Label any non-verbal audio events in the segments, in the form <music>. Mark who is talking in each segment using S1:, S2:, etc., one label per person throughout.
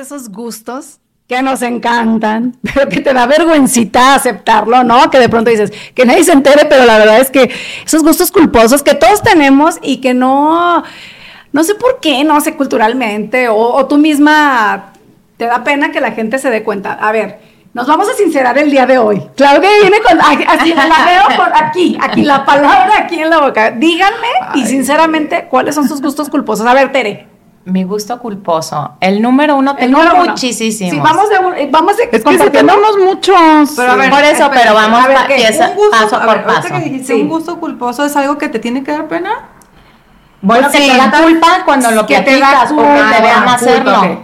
S1: esos gustos
S2: que nos encantan, <laughs> pero que te da vergüencita aceptarlo, ¿no? Que de pronto dices, que nadie se entere, pero la verdad es que esos gustos culposos que todos tenemos y que no, no sé por qué, no sé, culturalmente, o, o tú misma te da pena que la gente se dé cuenta. A ver, nos vamos a sincerar el día de hoy. Claro que viene con, <laughs> así la veo por aquí, aquí la palabra aquí en la boca. Díganme y sinceramente, ¿cuáles son sus gustos culposos? A ver, Tere.
S3: Mi gusto culposo. El número uno, tengo muchísimos.
S2: Sí, vamos de un- eh, vamos de
S4: Es que si
S2: compartiendo-
S4: tenemos muchos.
S3: Pero a ver, por eso, pero vamos
S2: a ver,
S3: pa-
S2: ¿qué?
S3: pieza-
S5: Un gusto,
S3: paso
S5: a
S3: por
S5: ver, ahorita
S3: paso.
S5: que dijiste,
S2: Sí.
S5: un gusto culposo es algo que te tiene que dar pena.
S3: Bueno,
S2: Pues sí.
S3: que te da culpa cuando lo
S2: Que te da
S3: platicas o que
S2: culpa,
S3: te vean
S2: culpa,
S3: hacerlo.
S2: ok.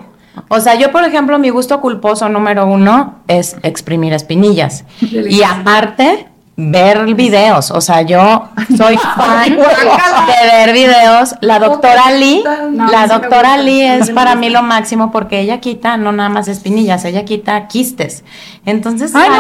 S3: O sea, yo, por ejemplo, mi gusto culposo número uno es exprimir espinillas. Y aparte, ver videos. O sea, yo
S2: <laughs>
S3: soy fan de ver videos. La doctora Lee,
S5: No,
S3: la
S2: sí me
S3: doctora
S2: gusta.
S3: Lee es para mí lo máximo porque ella quita no nada más espinillas, ella quita quistes. Entonces, sale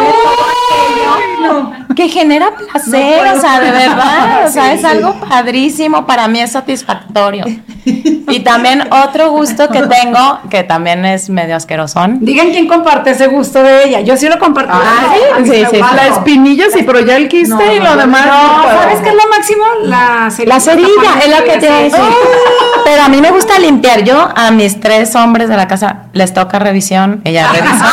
S3: todo aquello que genera placer, o sea, de verdad, o sea, es algo padrísimo, para mí es satisfactorio. Y también otro gusto que tengo, que también es medio asquerosón.
S2: Digan quién comparte ese gusto de ella. Yo sí lo comparto.
S3: Ah,
S2: Ay,
S3: sí,
S2: a mí
S3: sí,
S2: me
S3: sí,
S2: gusta.
S4: La espinilla sí, pero ya el quiste y lo demás.
S2: No,
S4: puedo.
S2: ¿sabes qué es lo máximo? La cerilla.
S3: pues, La cerilla es lo que te iba a
S2: Sí.
S3: decir. Pero a mí me gusta limpiar. Yo a mis tres hombres de la casa les toca revisión. Ella revisa.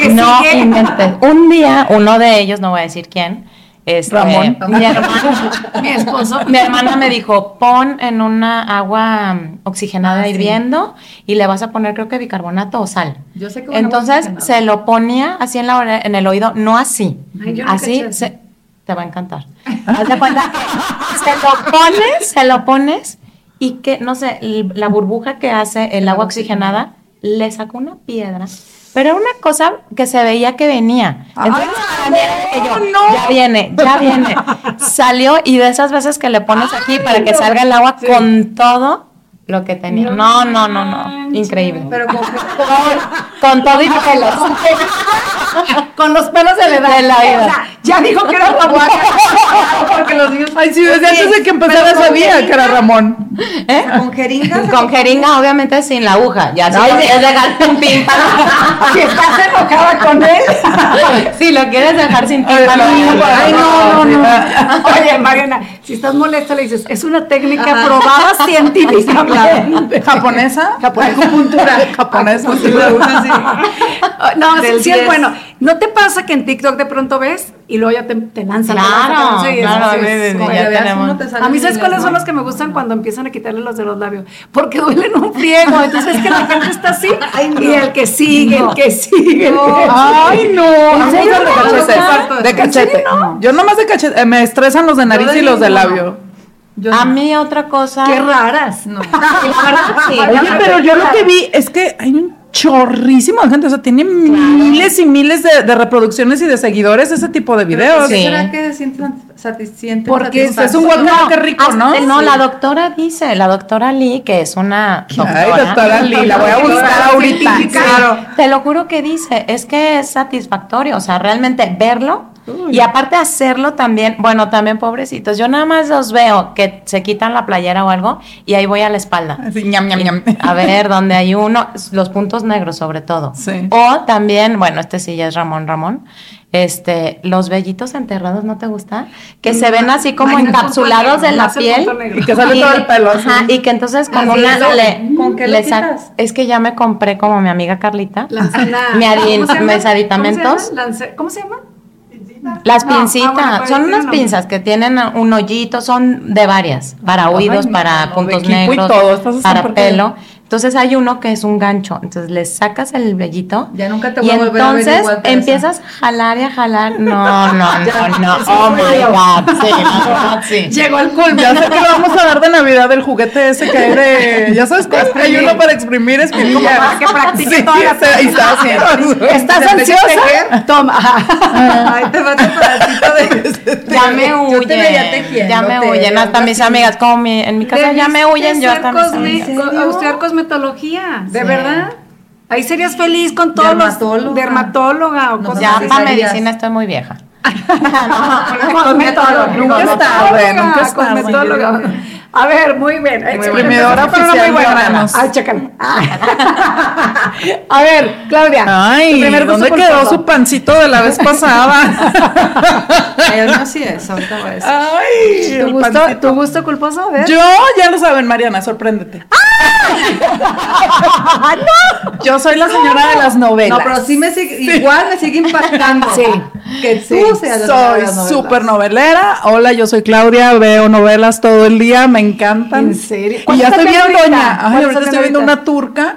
S2: ¿Qué
S3: No
S2: Ah, sigue?
S3: inventes. Un día, uno de ellos, no voy a decir quién, este,
S4: Ramón.
S3: Mi, hermana,
S2: <laughs> Mi esposo.
S3: mi hermana me dijo, pon en una agua mm, oxigenada
S2: Ah,
S3: hirviendo y le vas a poner creo que bicarbonato o sal.
S5: Yo sé que una
S3: Entonces
S5: agua oxigenada.
S3: se lo ponía así en, la, ore- en el oído, no así,
S2: Ay, yo no
S3: así
S2: caché.
S3: se- te va a encantar. Haz de cuenta que se lo pones, se lo pones y que, no sé, l- la burbuja que hace el agua oxigenada le sacó una piedra. Pero era una cosa que se veía que venía. Entonces, para mí era que yo, ya viene, ya viene. Salió y de esas veces que le pones aquí para que salga el agua con todo lo que tenía. No, no, no, no. Increíble.
S5: Pero como que-
S3: Con- con todo y pelos.
S2: Con los pelos de la edad.
S3: De la edad.
S2: O sea, ya dijo que era guapa.
S4: Porque los niños. Ay, sí, desde antes de que empezara
S5: pero con
S4: sabía
S5: jeringa.
S4: que era Ramón.
S3: ¿Eh?
S5: con jeringas.
S3: <laughs> Con jeringa, obviamente sin la aguja. Ya si lo quieres dejar sin
S4: <laughs>
S3: tímpano.
S2: Si estás enojada con él.
S3: si lo quieres dejar sin tímpano.
S4: Ay, no, no, no.
S2: Oye, Mariana, si estás molesta, le dices, es una técnica probada
S5: <laughs>
S2: científicamente.
S4: ¿Japonesa? Acupuntura.
S2: <laughs>
S4: Japonesa.
S2: No, sí,
S5: Del
S2: sí es
S5: 10.
S2: bueno. ¿No te pasa que en TikTok de pronto ves y luego ya te, te lanzan? te lanzan, te
S3: Claro,
S2: lanzan y es-
S3: claro,
S2: sí,
S3: sí,
S2: es-
S3: sí,
S2: como
S3: ya
S2: que veas
S3: tenemos.
S2: uno te sale A mí, ¿sabes cuáles son los que me gustan cuando empiezan a quitarle los de los labios? Porque duelen un friego. Entonces es que la gente está así. Y el que sigue, el que sigue, el que
S4: Ay, no. A mí me
S2: serio?
S4: gustan
S2: No,
S4: de
S2: no,
S4: cachete. De
S2: ¿en
S4: cachete. Yo nomás de cachete. eh, Me estresan los de nariz y los de labio.
S5: Yo
S3: A
S5: no.
S3: mí otra cosa.
S2: Qué raras.
S5: No.
S4: Oye, pero yo lo que vi es que hay un chorrísimo de gente. O sea, tiene miles y miles de, de reproducciones y de seguidores ese tipo de videos.
S5: ¿Qué
S3: Sí.
S5: será que sienten satisfacción?
S4: Porque es un <laughs> guacamole que rico,
S3: Hasta-
S4: ¿no?
S3: Ah, No, la doctora dice, la doctora Lee, que es una doctora.
S4: Ay, doctora Lee, la voy a buscar ahorita. Claro.
S3: <laughs> Te lo juro que dice, es que es satisfactorio, o sea, realmente verlo y aparte hacerlo también, bueno, también pobrecitos, yo nada más los veo que se quitan la playera o algo y ahí voy a la espalda.
S4: Así, ñam, ñam, ñam.
S2: <laughs>
S3: A ver, donde hay uno, los puntos negros sobre todo.
S4: Sí.
S3: O también, bueno, este sí ya es Ramón Ramón, este, los vellitos enterrados, ¿no te gusta? Que se ven así como
S2: Mm, Ay, no es
S3: encapsulados
S2: punto
S3: en
S2: negro,
S3: la
S2: no es el
S3: piel.
S2: punto negro.
S4: Y que sale todo el pelo así.
S3: Ajá, Ah, y que entonces con
S5: Así
S3: una
S5: es, ¿no?
S3: le,
S5: Ah, ¿Con qué lo
S3: le sa-
S5: quitas?
S3: Es que ya me compré como mi amiga Carlita.
S2: Lanzana.
S3: Mi adin-
S2: ¿Cómo se llama?
S3: mis aditamentos.
S2: ¿Cómo se llama? Lance- ¿Cómo se llama?
S3: Las
S2: No, ah,
S3: pincitas,
S2: bueno,
S5: pues
S2: pero
S3: son
S2: tiene
S3: unas
S2: un nombre.
S3: pinzas que tienen un hoyito, son de varias, para oídos,
S4: no,
S3: para
S4: no,
S3: puntos
S4: de equipo y
S3: negros,
S4: todo, estas están
S3: para
S4: por-
S3: pelo. Entonces hay uno que es un gancho, entonces le sacas el vellito.
S5: Ya nunca te
S3: y
S5: voy a volver a ver
S3: entonces
S5: igual, Teresa.
S3: empiezas a jalar y a jalar.
S5: <laughs>
S3: No, no, no, no. Oh my God. Sí, la verdad, sí.
S4: Llegó <laughs> el culto. Ya sé que lo vamos a dar de Navidad el juguete ese que hay de. Ya sabes cuál hay uno para exprimir espinilla.
S2: para que practique
S4: Sí,
S2: toda la
S4: ese- y está <laughs> haciendo.
S2: ¿Estás
S4: En vez de
S2: ansiosa? Toma.
S5: Ay, te va tu pedacito de.
S3: Ya me
S5: Yo te veía
S3: huyen,
S5: tejiendo,
S3: ya me
S5: te-
S3: huyen, hasta mis amigas, como mi- en mi casa <laughs> ya me huyen, yo hasta mis
S2: cosme-
S3: amigas.
S2: co-
S5: serio?
S2: estudiar cosmetología, ¿de
S3: Sí.
S2: verdad? Ahí serías feliz con todos los
S5: Dermatóloga.
S2: dermatóloga o
S5: No,
S2: cosas
S3: Pues
S2: <laughs>
S3: Ya
S2: así.
S5: sí,
S3: para
S5: sabías.
S3: medicina estoy muy
S4: <laughs>
S3: vieja. <laughs>
S2: Cosmetóloga,
S4: Nunca es tarde, nunca es tarde.
S2: cosmetóloga. A ver, muy bien.
S4: Exprimidora, pero no muy buena.
S2: Ay,
S3: <laughs>
S2: chécala. Ah. A ver, Claudia. tu
S4: Ay,
S2: primer gusto
S4: ¿dónde quedó
S2: culposo.
S4: su pancito de la vez pasada?
S5: Ay, el mío sí es, ahorita voy a decir.
S4: Ay,
S2: ¿Tu
S4: el
S2: gusto,
S4: pancito.
S2: ¿Tu gusto culposo? A ver.
S4: Yo, ya lo saben, Mariana, sorpréndete. ¡No! Yo soy la señora de las
S5: No,
S4: novelas.
S5: pero sí me sigue, igual me sigue impactando.
S2: Sí.
S5: Que tú seas la señora de
S4: soy
S5: las novelas.
S4: súper novelera. Hola, yo soy Claudia, veo novelas todo el día, me encantan.
S2: ¿En serio?
S4: Y
S2: ¿Cuál
S4: ya
S2: estás
S4: estoy bien
S2: viendo ahorita?
S4: doña. Ay,
S2: ¿Cuál
S4: ahorita
S2: estás
S4: estoy
S2: viendo
S4: viendo una turca.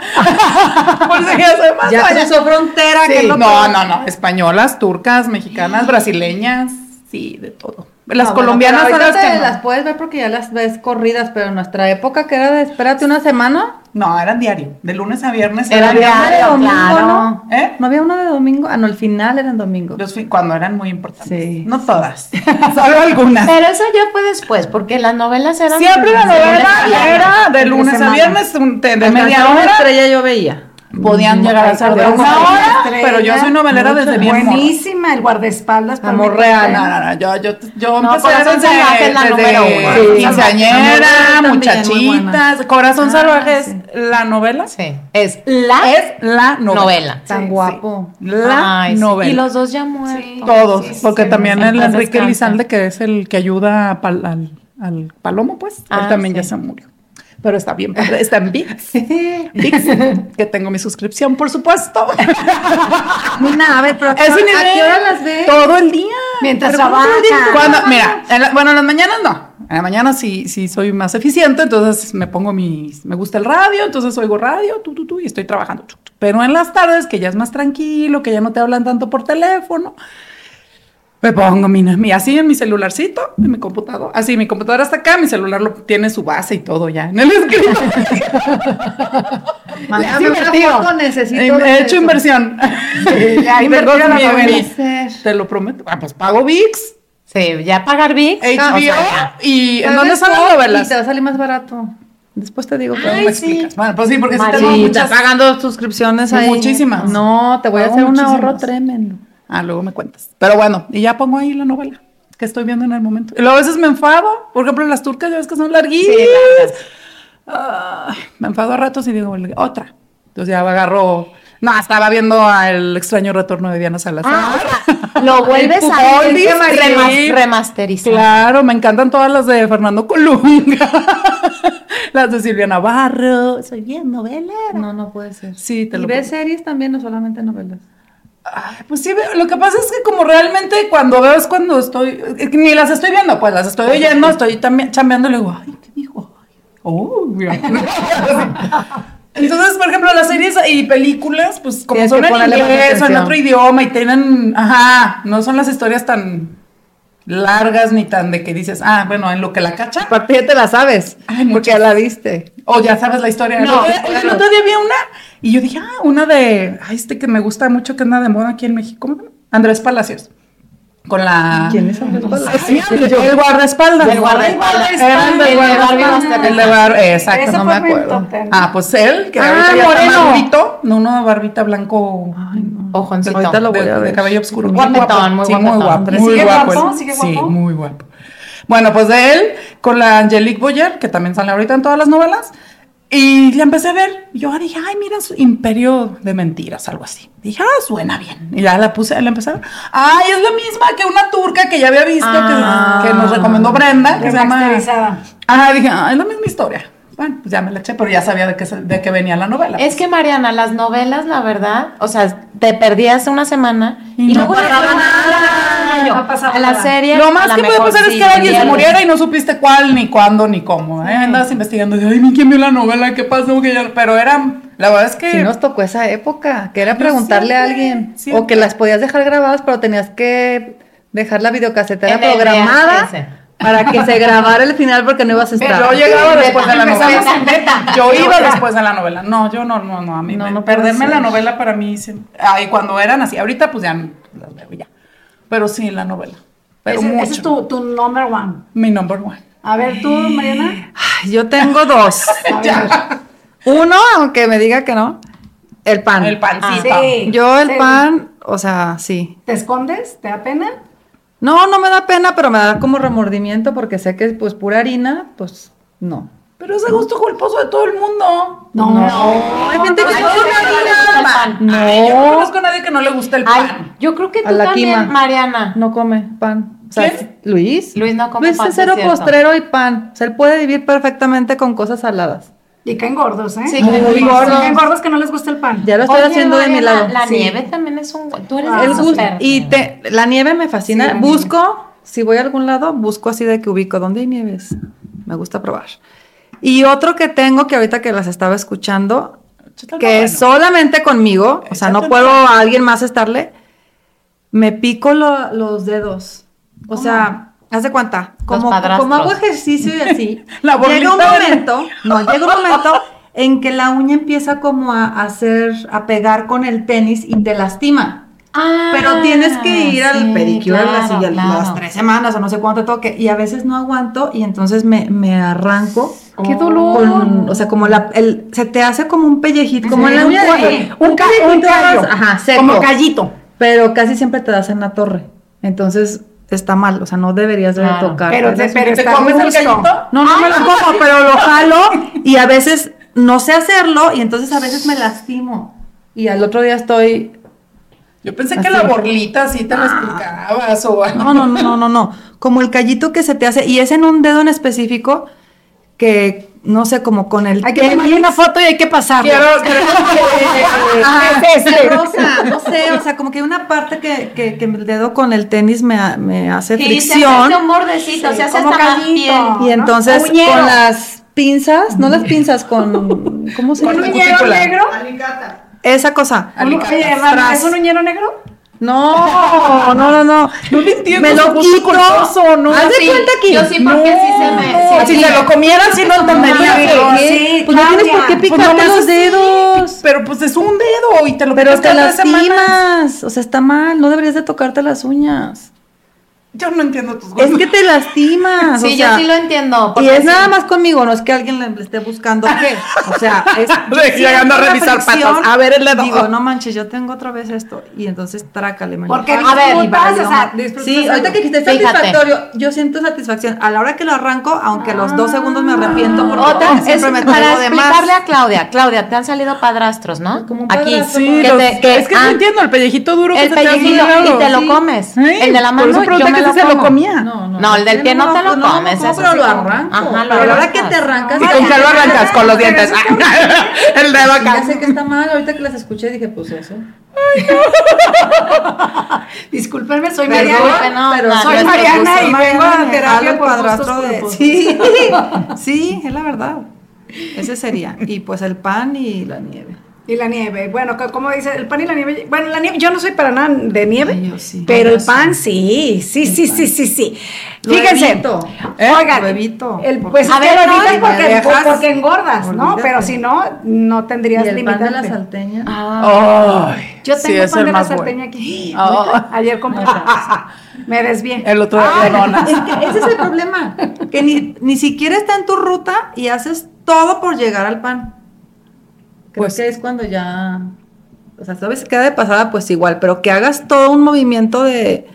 S4: Por eso que ya soy más
S5: Ya
S4: doña.
S5: cruzó frontera, que
S4: Sí,
S5: es lo
S4: no,
S5: peor.
S4: no, no. Españolas, turcas, mexicanas, brasileñas, sí, de todo. Las
S5: No, bueno,
S4: colombianas
S5: pero
S4: son las
S5: ahorita
S4: que
S5: te
S4: no.
S5: las puedes ver porque ya las ves corridas, pero en nuestra época que era de espérate una semana,
S4: No, eran diario, de lunes a viernes.
S3: Era
S4: eran-
S5: diario,
S3: diario, claro.
S5: claro.
S4: ¿Eh?
S5: no había una de domingo, ah no, el final era en domingo.
S4: Los fi- cuando eran muy importantes.
S5: Sí.
S4: No todas, solo algunas.
S3: Pero eso ya fue después, porque las novelas <laughs> eran.
S4: Siempre la
S3: de lunes a
S4: novela
S3: viernes.
S4: era de lunes a
S3: semana.
S4: viernes, un- te- de media
S5: Alcanzaba una
S4: hora.
S5: estrella yo veía.
S4: Podían llegar a ser de una hora,
S2: Estrella,
S4: pero yo soy novelera desde bien morra.
S2: Buenísima, el guardaespaldas. para
S5: Amor
S2: mí.
S5: real.
S4: No, no, no, yo, yo, yo
S3: No,
S4: empecé
S3: Corazón
S4: desde,
S3: Salvaje es la
S4: desde
S3: número uno.
S4: Sí. quinceañera,
S5: Novela también, muy
S4: muchachitas,
S5: buena.
S4: Corazón
S5: Ah,
S4: Salvaje
S5: sí.
S4: es la novela.
S3: Sí. Es la.
S4: Es la novela.
S3: Novela.
S5: Tan
S4: Sí, <laughs>
S5: guapo.
S4: sí. La
S3: Ay, sí.
S4: novela.
S3: Y los dos ya muertos.
S4: Todos,
S5: Sí, sí,
S4: porque
S5: sí,
S4: también
S3: sí. En
S4: el
S3: paz
S4: Enrique
S3: descanse.
S4: Elizalde, que es el que ayuda a Pal- al, al Palomo, pues, él
S3: Ah,
S4: también ya
S3: sí.
S4: se murió. Pero está bien, padre, está en VIX, VIX, que tengo mi suscripción, por supuesto.
S5: Nada, a ver, <laughs> pero ¿a
S4: Es un
S5: qué hora las ves?
S4: Todo el día.
S2: Mientras
S4: Pero ¿cómo
S2: trabaja.
S4: todo el día? Cuando, mira, en la- bueno, en las mañanas no. En la mañana sí, sí soy más eficiente, entonces me pongo mis, me gusta el radio, entonces oigo radio, tú, tú, tú, y estoy trabajando. tu, tu. Pero en las tardes, que ya es más tranquilo, que ya no te hablan tanto por teléfono, me pongo mi, mi- así en mi celularcito, en mi computadora, así mi computadora está acá, mi celular lo, tiene su base y todo ya en el escritorio.
S5: Mándame
S2: Sí,
S5: una
S2: tío.
S5: foto, necesito
S4: He hecho
S5: eso.
S4: inversión. <laughs>
S2: ha invertido
S4: Tengo
S2: la
S4: mi-
S2: novela.
S4: Te lo prometo. Ah, pues pago VIX,
S3: Sí, ya pagar VIX.
S4: HBO
S3: o sea,
S4: y ¿en
S5: Tal
S4: dónde
S5: vez
S4: salen
S5: todo, Y
S4: novelas?
S5: te va a salir más barato. Después te digo cómo
S3: Ay,
S5: me
S3: sí.
S5: explicas.
S4: Bueno, pues sí, porque sí
S3: María.
S4: tengo
S3: Sí,
S4: muchas.
S5: pagando suscripciones
S4: ahí. Muchísimas.
S5: No, Oh, te voy a
S4: Pago
S5: hacer un
S4: muchísimas.
S5: ahorro tremendo.
S4: Ah, luego me cuentas. Pero bueno, y ya pongo ahí la novela que estoy viendo en el momento. Y luego a veces me enfado. Por ejemplo, las turcas ya ves que son larguísimas. Ah, me enfado a ratos y digo, otra. Entonces ya agarro... No, estaba viendo a El extraño retorno de Diana Salazar.
S3: Ah, o sea, lo vuelves a ver
S4: Capoldi,
S3: remas-
S4: sí.
S3: remasterizar.
S4: Claro, me encantan todas las de Fernando Colunga, <laughs> las de Silvia Navarro. Soy bien novelera.
S5: No, no puede ser.
S4: Sí, te
S5: y
S4: lo
S5: ves series también, no solamente novelas.
S4: Ay, Pues sí, veo- lo que pasa es que como realmente cuando veo es cuando estoy, eh, ni las estoy viendo, pues las estoy oyendo, estoy también chambeando y le digo, ay, ¿qué dijo? Ay, Oh, mira. <laughs> Entonces, por ejemplo, las series y películas, pues como
S5: Tienes
S4: son
S5: que
S4: en
S5: ponerle más
S4: inglés o en
S5: atención.
S4: otro idioma y tienen, ajá, no son las historias tan largas ni tan de que dices, ah, bueno, en lo que la cacha.
S5: Aparte ya te la sabes, porque ya la viste.
S4: O ya sabes la historia.
S3: No,
S4: el, otro día- el otro día vi una y yo dije, ah, una de, ay, este que me gusta mucho, que anda de moda aquí en México, ¿cómo se llama? Andrés Palacios. Con la...
S5: ¿Quién es Andrés
S2: Ah,
S5: Palacios?
S4: Ay, el guardaespaldas.
S3: El guardaespaldas.
S4: Era El de
S3: El de Barbie
S4: guardaespaldas.
S3: Basterrich.
S4: El de Barbie, exacto,
S2: Ese
S4: no me
S2: fue mi
S4: acuerdo.
S2: top ten.
S4: Ah, Ah, pues él, que
S3: Ah,
S4: ahorita ya está
S3: moreno.
S4: barbito. No, una barbita blanco.
S3: Ojoncito.
S5: Ahorita lo-
S4: de,
S5: voy a
S4: de
S5: ver.
S4: cabello oscuro.
S3: Muy guapetón, muy
S4: sí,
S3: guapetón.
S4: muy guapo.
S3: Andrés,
S4: muy
S2: ¿sigue
S4: guapo
S2: guapo?
S4: él.
S2: ¿Sigue
S4: Sí,
S2: guapo?
S4: muy guapo. Bueno, pues de él, con la Angelique Boyer, que también sale ahorita en todas las novelas, y la empecé a ver. Yo dije, ay, mira, su imperio de mentiras, algo así. Dije, ah, suena bien. Y ya la puse, la empecé a ver. Ay, es la misma que una turca que ya había visto, que-
S3: Ah.
S4: que, nos recomendó Brenda, que se llama...
S2: Remasterizada.
S4: Ah, dije, ah, es la misma historia. Bueno, pues ya me la eché, pero ya sabía de qué, se- de qué venía la novela.
S3: Es que Mariana, las novelas, la verdad, o sea, te perdías una semana y,
S4: Y no
S3: luego
S4: pasaba
S3: nada.
S2: no pasaba
S3: a la
S2: nada.
S3: serie.
S4: Lo más
S3: la
S4: que puede
S3: mejor
S4: pasar es
S3: sí,
S4: que alguien se
S3: viernes.
S4: muriera y no supiste cuál, ni cuándo, ni cómo. ¿eh? Andabas investigando, de, ay, mi, ¿quién vio la novela? ¿Qué pasó? ¿Qué ya-?" Pero era, la verdad es que...
S5: Sí nos tocó esa época, que era
S4: Yo
S5: preguntarle a
S4: siempre,
S5: alguien,
S4: siempre.
S5: o que las podías dejar grabadas, pero tenías que dejar la videocasetera
S3: En el
S5: programada
S3: VHS.
S5: para que se grabara el final porque no ibas a estar.
S4: yo llegaba
S3: Neta,
S4: después de la novela.
S3: empezamos en neta.
S4: Yo iba después de la novela. No, yo no, no, no. A mí
S5: No,
S4: me-
S5: no puede
S4: perderme
S5: ser.
S4: la novela para mí... se- Ay, cuando eran así. Ahorita pues ya no las veo ya. Pero sí, la novela. Pero
S2: ese,
S4: mucho.
S2: ese es tu, tu number one.
S4: Mi number one.
S2: A ver, tú, Mariana.
S5: Ay, Yo tengo dos.
S2: A ver.
S5: Uno, aunque me diga que no, el pan.
S4: El pancito.
S2: Ah, sí.
S5: Yo el
S2: Sí.
S5: pan, o sea, sí.
S2: ¿Te escondes? ¿Te da pena?
S5: No, no me da pena, pero me da como remordimiento porque sé que pues pura harina, pues No.
S4: Pero es el gusto culposo de todo el mundo.
S2: No,
S5: Hay gente que
S4: Ay,
S5: no
S4: yo
S5: come harina.
S4: no conozco a nadie-
S3: pan.
S5: No.
S4: Ay, yo no conozco a nadie que no le gusta el
S3: Ay,
S4: pan.
S3: yo creo que tú
S5: A la
S3: también,
S5: quima.
S3: Mariana.
S5: No come pan. O sea,
S4: ¿Quién?
S5: Luis.
S3: Luis no come
S5: Luis
S3: pan,
S5: es
S3: sí es
S5: cero
S3: cierto.
S5: postrero y pan. O sea, él puede vivir perfectamente con cosas saladas.
S2: Y caen gordos, ¿eh?
S3: Sí,
S2: Muy
S3: caen
S5: gordos.
S2: Caen gordos que no les gusta el pan.
S5: Ya lo estoy
S3: Oye,
S5: haciendo de mi
S3: Mariana,
S5: lado.
S3: La
S5: Sí.
S3: nieve también es un. Tú eres
S2: Ah,
S5: El
S3: el
S2: es
S5: gusto.
S3: súper.
S5: Y te- la nieve me fascina.
S2: Sí, la
S5: busco, si voy a algún lado, busco así de que ubico dónde hay nieves. Me gusta probar. Y otro que tengo que ahorita que las estaba escuchando,
S4: Échate
S5: que
S4: algo
S5: es
S4: bueno.
S5: solamente conmigo, o sea,
S4: Échate
S5: no
S4: un
S5: puedo a alguien más estarle, me pico lo- los dedos. O sea, haz de cuenta, como,
S3: padrastros.
S5: como hago ejercicio y
S4: <laughs>
S5: así,
S4: La
S5: llega un
S4: bolita de-
S5: momento,
S4: <laughs>
S5: no, llega un momento en que la uña empieza como a a hacer, a pegar con el tenis y te lastima.
S3: Ah,
S5: Pero tienes que ir al
S3: sí,
S5: pedicure a las-
S3: claro,
S5: y a las
S3: claro.
S5: tres semanas o no sé cuánto toque. Y a veces no aguanto y entonces me, me arranco.
S2: ¡Qué
S3: Oh.
S2: dolor!
S5: Con, o sea, como la, el, se te hace como un pellejito, como
S2: Sí,
S5: en la
S2: un
S5: uña de-
S2: cuello, un ca-
S5: pellejito
S2: un callo.
S5: más, Ajá, seco.
S2: Como callito.
S5: Pero casi siempre te das en la torre. Entonces está mal, o sea, no deberías de
S3: Claro.
S5: tocar.
S2: Pero,
S5: Entonces,
S2: pero
S4: ¿Te
S2: está
S4: comes el
S2: justo.
S4: gallito?
S5: no, no me lo como, pero lo jalo
S4: <laughs>
S5: y a veces no sé hacerlo y entonces a veces me lastimo. Y al otro día estoy
S4: Yo pensé que Ah.
S5: Así.
S4: la borlita así te lo explicabas o algo.
S5: No, no, no, no, no, no. Como el callito que se te hace, y es en un dedo en específico que, no sé, como con el
S2: Hay que
S5: tenis,
S2: tomar una foto y hay que pasarla.
S4: Quiero, quiero-
S5: Ajá,
S2: Es este.
S5: rosa, <laughs> no sé, o sea, como que hay una parte que, que, que el dedo con el tenis me, ha- me hace
S3: Sí, se
S5: fricción.
S3: hace un bordecito, se hace
S2: como
S3: hasta más
S2: callito.
S3: piel.
S5: Y entonces
S2: Uñero.
S5: con las pinzas, no las pinzas, con. ¿Cómo se
S4: Con
S5: llama?
S4: un
S2: uñero
S4: cutícula.
S2: negro?
S5: Esa cosa.
S4: Alicatas.
S2: Oye, hermano,
S5: Tras.
S2: ¿Es un uñero negro?
S5: No, no, no, no.
S4: No le entiendo
S5: Me
S4: su
S5: lo
S4: gusto
S5: quito.
S4: culposo, ¿no?
S5: Haz de
S3: Sí,
S5: cuenta aquí.
S3: yo sí, porque sí se me- sí,
S5: si
S3: sí.
S5: se lo comieran, sí lo entendería.
S4: No,
S5: Sí,
S2: sí,
S5: pues no tienes
S2: Claudia.
S5: por qué
S4: Pues
S5: picarte
S4: nomás
S5: los
S4: así,
S5: dedos.
S4: Pero pues es un dedo y te lo
S5: Pero
S4: picas
S5: te
S4: cada semana.
S5: lastimas, o sea, está mal, no deberías de tocarte las uñas.
S4: Yo no entiendo tus gustos.
S5: Es que te lastimas,
S3: Sí,
S5: o sea,
S3: yo sí lo entiendo.
S5: y
S3: porque
S5: es
S3: sí.
S5: nada más conmigo, no es que alguien le le esté buscando qué, o sea, es
S4: Llegando
S5: siento
S4: a
S5: la
S4: revisar
S5: fricción,
S4: patas, a ver el dedo.
S5: Digo, no manches, yo tengo otra vez esto y entonces trácale, me lo
S2: Porque
S3: A ver,
S2: disfrutas,
S5: valió
S2: o sea,
S5: madre.
S2: disfrutas
S5: Sí,
S2: algo.
S5: ahorita que dijiste
S3: Fíjate.
S5: satisfactorio, yo siento satisfacción. A la hora que lo arranco, aunque a los dos segundos me arrepiento porque
S3: Otra
S5: siempre
S3: es
S5: me
S3: Ah. para
S5: traigo de más.
S3: explicarle a Claudia. Claudia, te han salido padrastros, ¿no?
S5: Como un
S3: Aquí.
S5: padrastro,
S4: Sí,
S3: que
S4: los-
S3: te- que-
S4: es que
S3: ah,
S4: no entiendo el pellejito duro que
S3: el
S4: se te hace un
S3: pellejito,
S4: dedo.
S3: y te lo comes. El de la
S4: Por eso
S3: mano,
S4: pregunté
S3: yo me
S4: que
S3: lo
S4: si se lo
S3: como.
S4: comía.
S3: No, el del pie no te lo
S5: pues, no,
S3: comes,
S5: No, como,
S3: eso
S5: pero
S3: sí
S5: lo
S3: como-
S5: arranco.
S3: Ajá, lo
S5: pero a la hora que
S3: arrancas.
S5: te arrancas.
S4: ¿Y con qué lo arrancas? Con los dientes. <laughs> el dedo
S5: Sí, Ya
S4: acá.
S5: sé que está mal, ahorita que las escuché dije, pues eso.
S2: Discúlpenme, soy
S3: Perdón,
S2: Mariana.
S3: que no,
S5: pero
S3: no,
S5: soy
S3: no es por
S2: Mariana
S3: gusto.
S2: y-
S5: vengo
S2: Mariana
S5: a
S2: me
S5: terapia
S2: habla
S5: por
S2: por
S5: padrastro
S2: gustos
S5: de...
S2: culposos.
S5: Sí, <laughs> sí, es la verdad. Ese sería. Y pues el pan y la nieve.
S2: Y la nieve. Bueno, co- como dice, el pan y la nieve. Bueno, la nieve, yo no soy para nada de nieve,
S5: Ay, yo sí.
S2: pero
S5: Yo
S2: el pan sí, sí, sí, sí, sí, sí.
S5: Lo
S2: Fíjense.
S5: evito,
S4: ¿eh?
S2: Oigan,
S5: Lo evito,
S2: el-
S5: porque-
S2: pues
S3: A
S2: a ver, lo
S3: ver, no,
S2: evitas
S5: y me
S2: porque,
S5: dejas-
S2: porque engordas, ¿no?
S5: Olvídate.
S2: Pero si no, no
S5: Y
S2: tendrías
S5: el pan de la
S2: limitante.
S5: salteña.
S3: Ah,
S4: Ay,
S2: Yo
S4: sí,
S2: tengo
S4: es
S2: pan
S4: el
S2: de la
S4: más bueno.
S2: salteña aquí.
S4: Ah.
S2: <laughs> Ayer compré. <laughs> Me desvié.
S4: El otro día de donas.
S5: Es que ese es el problema. Que ni, ni siquiera está en tu ruta y haces todo por llegar al pan. Creo
S4: Pues-
S5: que es cuando ya. O sea, sabes que queda de pasada, pues igual, pero que hagas todo un movimiento de,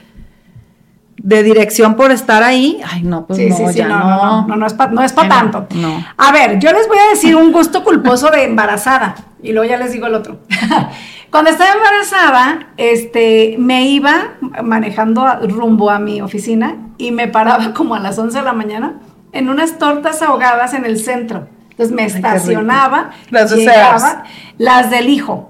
S5: de dirección por estar ahí. Ay, no, pues
S2: Sí,
S5: no,
S2: sí, sí,
S5: ya
S2: no, no, no, no, no es para
S5: Ay, no,
S2: tanto. <laughs>
S5: no.
S2: A ver, yo les voy a decir un gusto culposo de embarazada y luego ya les digo el otro. <laughs> Cuando estaba embarazada, este, me iba manejando a- rumbo a mi oficina y me paraba como a las 11 de la mañana en unas tortas ahogadas en el centro. Entonces me
S5: qué rico.
S2: estacionaba,
S4: Las de
S2: llegaba,
S4: Sears.
S2: las del hijo.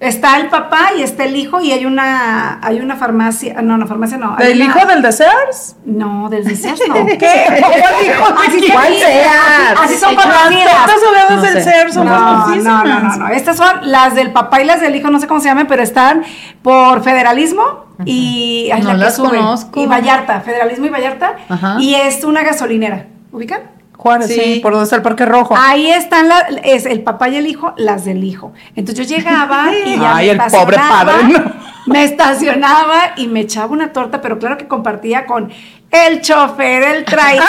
S2: Está el papá y está el hijo y hay una hay una farmacia, no, no farmacia no. hay
S4: ¿El
S2: una-
S4: hijo del de Sears?
S2: no, del Sears
S4: <laughs>
S2: no.
S4: ¿Qué? ¿Cuál hijo?
S2: Así son
S4: ¿Cuál Sears?
S2: Así son conocidas.
S4: Las obreras
S5: No
S4: del
S5: sé.
S4: Sears
S2: No,
S4: son
S2: no, no,
S4: famosísimas.
S2: no, no. Estas son las del papá y las del hijo, no sé cómo se llaman, pero están por federalismo y ay,
S5: No
S2: la que
S5: las
S2: sube.
S5: conozco.
S2: Y Vallarta, federalismo y Vallarta.
S5: Ajá.
S2: Y es una gasolinera. ¿Ubican?
S4: Juárez,
S5: Sí.
S4: sí. por donde está el Parque Rojo.
S2: Ahí están la- es el papá y el hijo, las del hijo. Entonces yo llegaba <laughs> y ya
S4: Ay,
S2: me
S4: el pobre
S2: estacionaba,
S4: padre, no.
S2: <laughs> Me estacionaba y me echaba una torta, pero claro que compartía con el chofer, <laughs> el traidor.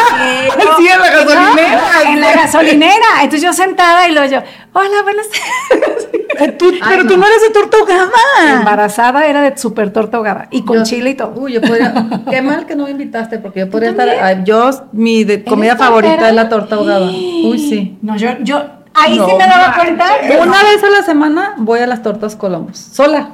S4: sí, en la gasolinera.
S2: <laughs> En la gasolinera. Entonces yo sentada y luego yo, hola, buenas tardes. Eh, Tú- pero tú no eres de torta ahogada.
S4: Embarazada era de súper torta ahogada y con
S5: Yo-
S4: chile y todo.
S5: Uy, yo podría. Qué mal que no me invitaste, porque yo podría estar. ay, yo, mi de- comida favorita es la torta ahogada. Uy, sí.
S2: No, yo, yo, ahí
S4: No
S2: sí me daba cuenta.
S5: Una vez a la semana voy a las tortas Colomos, sola.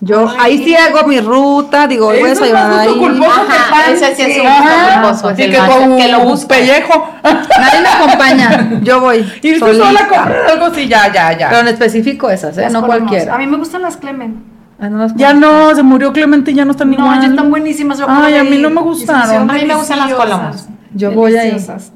S5: Yo ahí sí hago mi ruta, digo, hoy voy a
S4: Eso es más
S5: desayunar
S4: gusto
S5: ahí.
S4: culposo que
S3: Ajá,
S4: pan.
S3: ese sí es un
S4: Ajá.
S3: gusto culposo, es
S4: Y
S3: el
S4: que
S3: más-
S4: con
S3: que lo
S4: un
S3: busque.
S4: pellejo.
S5: Nadie me acompaña, yo voy.
S4: Y dices
S5: solita.
S4: sola con algo así, ya, ya, ya.
S5: Pero en específico esas, ¿eh?
S2: Las Ah,
S5: no
S2: colmos. A
S5: cualquiera.
S2: mí me gustan las Clemen.
S5: Ah, no las-
S4: ya no, se murió Clemente y ya no están
S2: No,
S4: igual.
S2: ya están buenísimas. yo
S4: Ay,
S2: acabo
S4: a
S2: de
S4: mí
S2: ir.
S4: no me
S2: Y se
S4: gustaron.
S2: hicieron
S3: A mí me gustan las
S2: deliciosas,
S3: colomos.
S5: Yo voy ahí.
S2: deliciosas.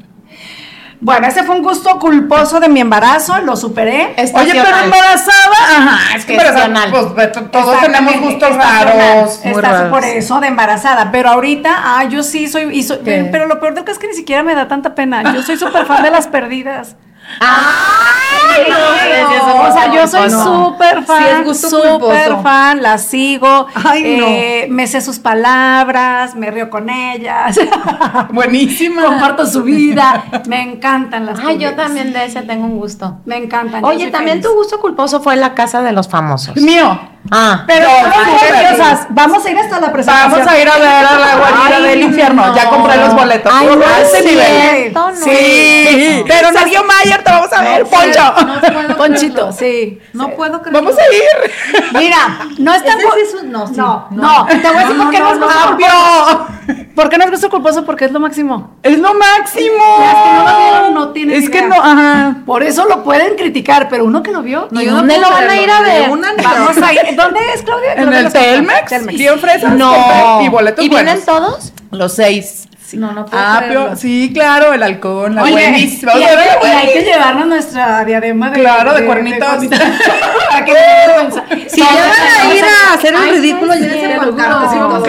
S2: Bueno, ese fue un gusto culposo de mi embarazo, lo superé.
S4: Oye, pero
S3: Estacional.
S4: embarazada, ajá, es que
S3: Estacional. Eh,
S4: embarazada, pues, t- todos
S2: Exactamente,
S4: tenemos gustos
S2: estacional.
S4: raros, muy
S2: Estás
S4: raros.
S2: por eso de embarazada, pero ahorita, ah, yo sí soy, y soy-
S5: ¿Qué?
S2: pero lo peor del caso es que ni siquiera me da tanta pena. Yo soy súper fan de las perdidas.
S3: ¡Ay, no!
S2: o sea, yo soy
S5: culposo.
S2: súper
S5: Sí, es
S2: fan,
S5: gusto
S2: súper
S5: culposo.
S2: fan, las sigo,
S5: Ay, no.
S2: eh, me sé sus palabras, me río con ellas, <laughs>
S4: Buenísima.
S2: comparto su vida, me encantan las
S3: Ay, yo
S2: perdidas.
S3: también de ese tengo un gusto.
S2: Me encantan. yo
S3: Oye,
S2: soy
S3: también
S2: feliz.
S3: tu gusto culposo fue la casa de los famosos.
S4: Mío.
S3: Ah.
S2: Pero
S4: No,
S2: estamos
S4: ay,
S2: muy
S4: qué
S2: nerviosas. Vamos a ir hasta la presentación.
S4: Vamos a ir a ver a la guarida
S3: Ay,
S4: del infierno. Ya compré los boletos.
S3: Ay, no
S4: A
S3: es
S4: ese nivel.
S3: cierto, no.
S4: Sí, pero Sergio Mayer te vamos a ver, Poncho.
S2: Ponchito, sí.
S5: No puedo creer.
S4: Vamos a ir.
S2: Mira, no es tan
S5: Ese sí
S2: gu-
S5: es un- no, sí,
S2: no, no,
S5: no.
S2: te voy a decir por qué no es gusto culposo.
S4: ¡Cambio!
S2: ¿Por qué no es gusto culposo? Porque es lo máximo.
S4: Es lo máximo.
S2: Las que no lo vieron no tienen
S4: Es que
S2: idea.
S4: no, ajá.
S2: Por eso lo pueden criticar, pero uno que lo vio.
S5: No,
S3: ¿Y
S5: yo no
S3: dónde
S5: puedo
S3: lo van a
S5: creerlo,
S3: ir a
S5: ni de
S3: ver?
S5: una ni de
S2: Vamos
S5: otra.
S2: a ir. ¿Dónde es, Claudia?
S4: En
S2: ¿Dónde
S4: el
S2: los compré?
S4: Telmex. Dio fresas compré
S3: No.
S4: y boletos
S3: ¿Y vienen
S4: buenos.
S3: todos?
S4: Los seis.
S5: No, no puedo
S4: Apio,
S5: creerlo.
S4: Ah, sí, claro, el halcón, la
S2: Oye,
S4: buenísima.
S2: y,
S4: Vamos
S2: hay
S4: a ver la
S2: que, y hay que
S4: buenísima.
S2: llevarnos nuestra diadema de
S4: Claro, de cuernitos. <laughs>
S2: <laughs> Para que no vergüenza.
S5: Si ya van a ir a hacer
S3: Ay,
S5: el
S3: no
S5: ridículo,
S3: es
S5: llévense
S3: cierto.
S5: pancartas y todo.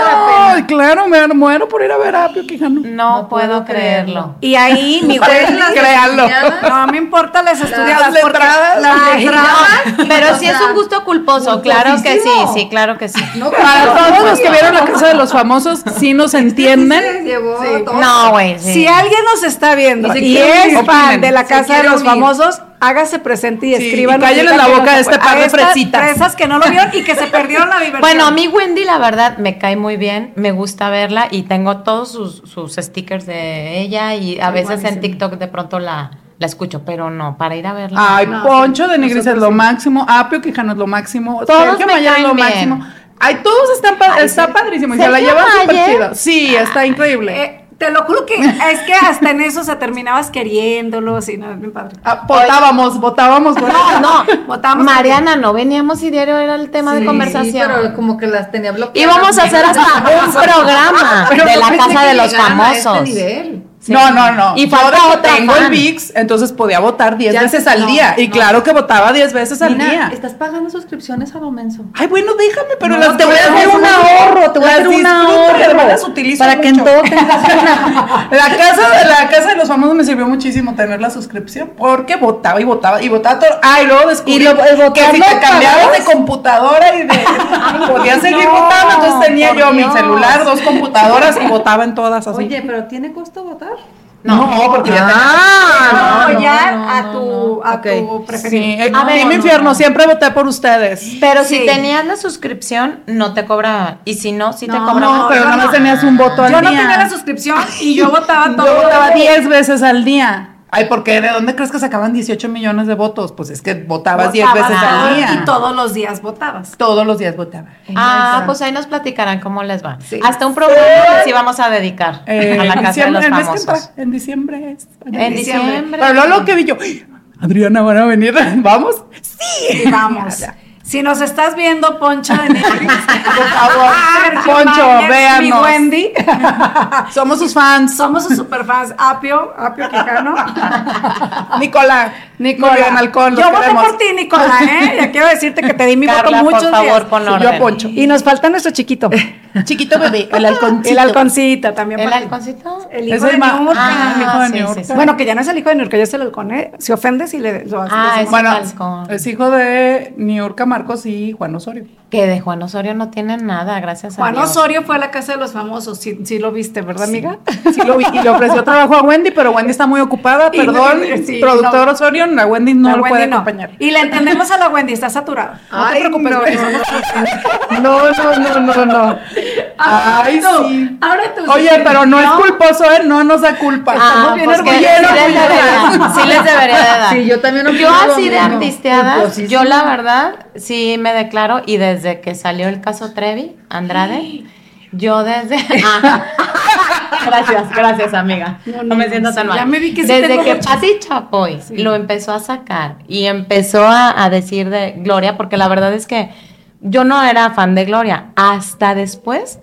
S4: Claro, claro, me muero por ir a ver a Apio Quijano.
S3: No, puedo
S5: puedo
S3: creerlo.
S2: Y ahí mi
S5: Para
S2: güey.
S5: que las
S4: créanlo.
S5: estudiadas,
S2: No me importa las estudiadas.
S4: las
S2: porque- las
S4: letradas.
S5: las
S2: letradas.
S5: dramas,
S3: Pero
S5: o
S3: sí es
S5: sea,
S3: <laughs> un gusto culposo, claro que sí, sí, claro que sí.
S5: No,
S4: Para todos los que vieron la casa de los famosos, sí nos entienden.
S5: Llegó
S2: Sí.
S5: todo.
S3: No, güey, sí.
S2: Si alguien nos está viendo
S5: Y se
S2: y
S5: quiere
S2: es
S4: unir.
S2: fan
S4: Opinen.
S2: de la
S5: Se
S2: Casa de
S5: quiere
S2: los
S5: unir.
S2: Famosos, hágase presente y
S4: Sí,
S2: escriban.
S4: y cállenle la boca a este par de fresitas.
S2: Fresas que no lo vieron y que se perdieron
S4: <laughs>
S2: la diversión.
S3: Bueno, a mí Wendy, la verdad, me cae muy bien, me gusta verla y tengo todos sus, sus stickers de ella y a veces en TikTok de pronto la, la escucho, pero no, para ir a verla.
S4: Ay,
S2: No,
S4: Poncho de Negris es lo máximo, Apio Quijano es lo máximo,
S3: Todos
S4: Sergio
S3: me
S4: Mayer es
S3: caen
S4: lo
S3: bien.
S4: máximo. Ay, todos están pa- está padrísimo y se la
S3: Sergio
S4: llevan súper
S3: Mayer.
S4: chido. Sí, está increíble.
S2: Eh, te lo juro que es que hasta en eso se terminabas queriéndolos y no es bien padre.
S4: Ah, votábamos, votábamos. por-
S3: No, <laughs> no,
S2: Votamos
S3: Mariana, no veníamos y diario era el tema de conversación.
S5: Sí, pero como que las tenía bloqueadas.
S3: Y vamos a hacer hasta un programa
S4: Pero
S3: de
S4: no
S3: la
S4: pensé
S3: casa
S4: que
S3: de los
S5: Llegaron a este
S3: famosos.
S5: nivel.
S3: Sí.
S4: No, no, no.
S3: Y
S4: Yo
S3: falta
S4: de que
S3: otra
S4: Tengo el
S3: fan.
S4: VIX, entonces podía votar 10
S5: Ya
S4: veces
S5: sé,
S4: al
S5: no,
S4: día. Y
S5: no.
S4: claro que votaba 10 veces al
S5: Nina,
S4: día.
S5: estás pagando suscripciones a lo menso.
S4: Ay, bueno, déjame, pero
S5: No,
S4: las te voy a
S5: no,
S4: hacer
S5: no,
S4: un
S5: no,
S4: ahorro, te voy a
S5: las
S4: hacer un
S5: disfruto,
S4: ahorro.
S5: pero
S4: las utilizo
S5: para que en
S4: mucho.
S5: todo <laughs> tengas
S4: <laughs> La casa de la casa de los famosos me sirvió muchísimo tener la suscripción porque votaba y votaba y votaba todo. Ah, y luego descubrí
S5: Y lo- el votar
S4: que si
S5: lo
S4: te cambiabas de
S5: pagabas.
S4: computadora
S5: <laughs>
S4: y de podías seguir
S3: no,
S4: votando, entonces tenía
S3: por
S4: yo mi
S3: Dios.
S4: celular, dos computadoras y votaba en todas así.
S5: Oye, pero ¿tiene costo votar?
S4: no, porque ya tenía- Ah,
S2: a
S5: no,
S2: apoyar
S5: no,
S2: a
S5: no,
S2: tu,
S5: no.
S2: a tu
S5: Ok.
S2: preferido.
S4: Sí, eh,
S3: A ver,
S4: Team
S3: no,
S4: infierno,
S3: no.
S4: siempre voté por ustedes.
S3: Pero
S2: Sí.
S3: si tenías la suscripción, no te cobraba. Y si no, sí te
S2: No,
S3: cobraba.
S4: No, pero
S2: yo
S4: nada más
S2: no.
S4: tenías un voto al
S2: Yo
S4: día.
S2: no tenía la suscripción y yo votaba todo.
S4: <laughs> Yo votaba 10 veces al día. Ay, porque ¿de dónde crees que sacaban 18 millones de votos? Pues es que votabas 10
S2: Votabas
S4: veces al
S2: todo
S4: día.
S2: Y todos los días
S4: <laughs>
S2: votabas.
S4: Todos los días votaba.
S3: Ah, pues ahí nos platicarán cómo les va. Hasta un programa que sí vamos a dedicar
S4: Eh,
S3: a la
S4: en
S3: casa de
S4: diciembre-
S3: los
S4: el mes que
S3: famosos.
S4: entra, en diciembre es.
S3: En diciembre.
S4: Pero luego lo que vi yo, ¡ay! Adriana, van a venir, <laughs> vamos.
S2: Y vamos. Si nos estás viendo, Poncho de Netflix, por favor,
S4: Ah,
S2: Sergio
S4: Poncho,
S2: Mayer, mi
S4: véanos. <laughs>
S2: Wendy,
S4: Somos sus fans.
S2: somos sus superfans. Apio, Apio Quijano.
S4: <laughs> Nicola.
S2: Nicola.
S4: Muy bien, halcón, los
S2: yo voté
S4: queremos.
S2: por ti, Nicola, ¿eh?
S4: <laughs>
S2: Ya quiero decirte que te di mi
S3: Carla,
S2: voto
S3: por
S2: muchos
S3: favor,
S2: días.
S3: pon
S4: Sí, yo
S3: orden.
S4: a Poncho.
S2: Y nos falta nuestro chiquito,
S4: Chiquito bebé, el halconcito.
S2: <laughs> el halconcito también.
S3: ¿El
S2: para ti.
S3: halconcito?
S2: El
S4: Es
S2: hijo de
S4: el ma-
S2: Niurka.
S4: Ah, el hijo de
S3: sí, sí,
S4: Niurka.
S3: sí.
S2: Bueno, que ya no es el hijo de Niurka, ya es el halcón, ¿eh? Se ofende si le lo haces.
S3: Ah, es-
S4: Bueno,
S3: halcón.
S4: es hijo de Niurka Marcos y Juan Osorio.
S3: Que de Juan Osorio no tiene nada, gracias a
S2: Juan
S3: Dios.
S2: Osorio fue a la casa de los famosos, sí, sí lo viste, ¿verdad, amiga?
S4: Sí, sí lo vi. Y le ofreció trabajo a Wendy, pero Wendy está muy ocupada.
S2: Y no,
S4: Perdón,
S2: y- sí,
S4: productor
S2: no.
S4: Osorio, a Wendy no
S2: La
S4: lo
S2: Wendy
S4: puede
S2: no.
S4: acompañar.
S2: Y le entendemos a la Wendy, está saturada. No te
S4: Ay,
S2: preocupes.
S4: no,
S2: Wendy.
S4: No, no, no, no, no. Ay,
S2: Ahora tú,
S4: sí.
S2: Ahora tú.
S4: Oye,
S2: sí.
S4: pero no es culposo, ¿eh? No nos da culpa.
S3: Ah,
S4: Estamos bien
S3: pues que sí,
S4: orgullosos.
S3: les debería, sí les debería de dar.
S5: Sí, yo también opino
S3: Yo
S5: lo
S3: así de
S5: mismo. pues
S3: artisteada,
S5: Culposísimo.
S3: yo la verdad sí me declaro y desde que salió el caso Trevi, Andrade, yo <laughs> desde... gracias, gracias amiga. No, me siento tan
S2: sí,
S3: mal.
S2: ya me vi que sí
S3: desde
S2: tengo
S3: que
S2: mucho-
S3: Patti Chapoy lo empezó a sacar y empezó a, a decir de Gloria, porque la verdad es que yo no era fan de Gloria hasta después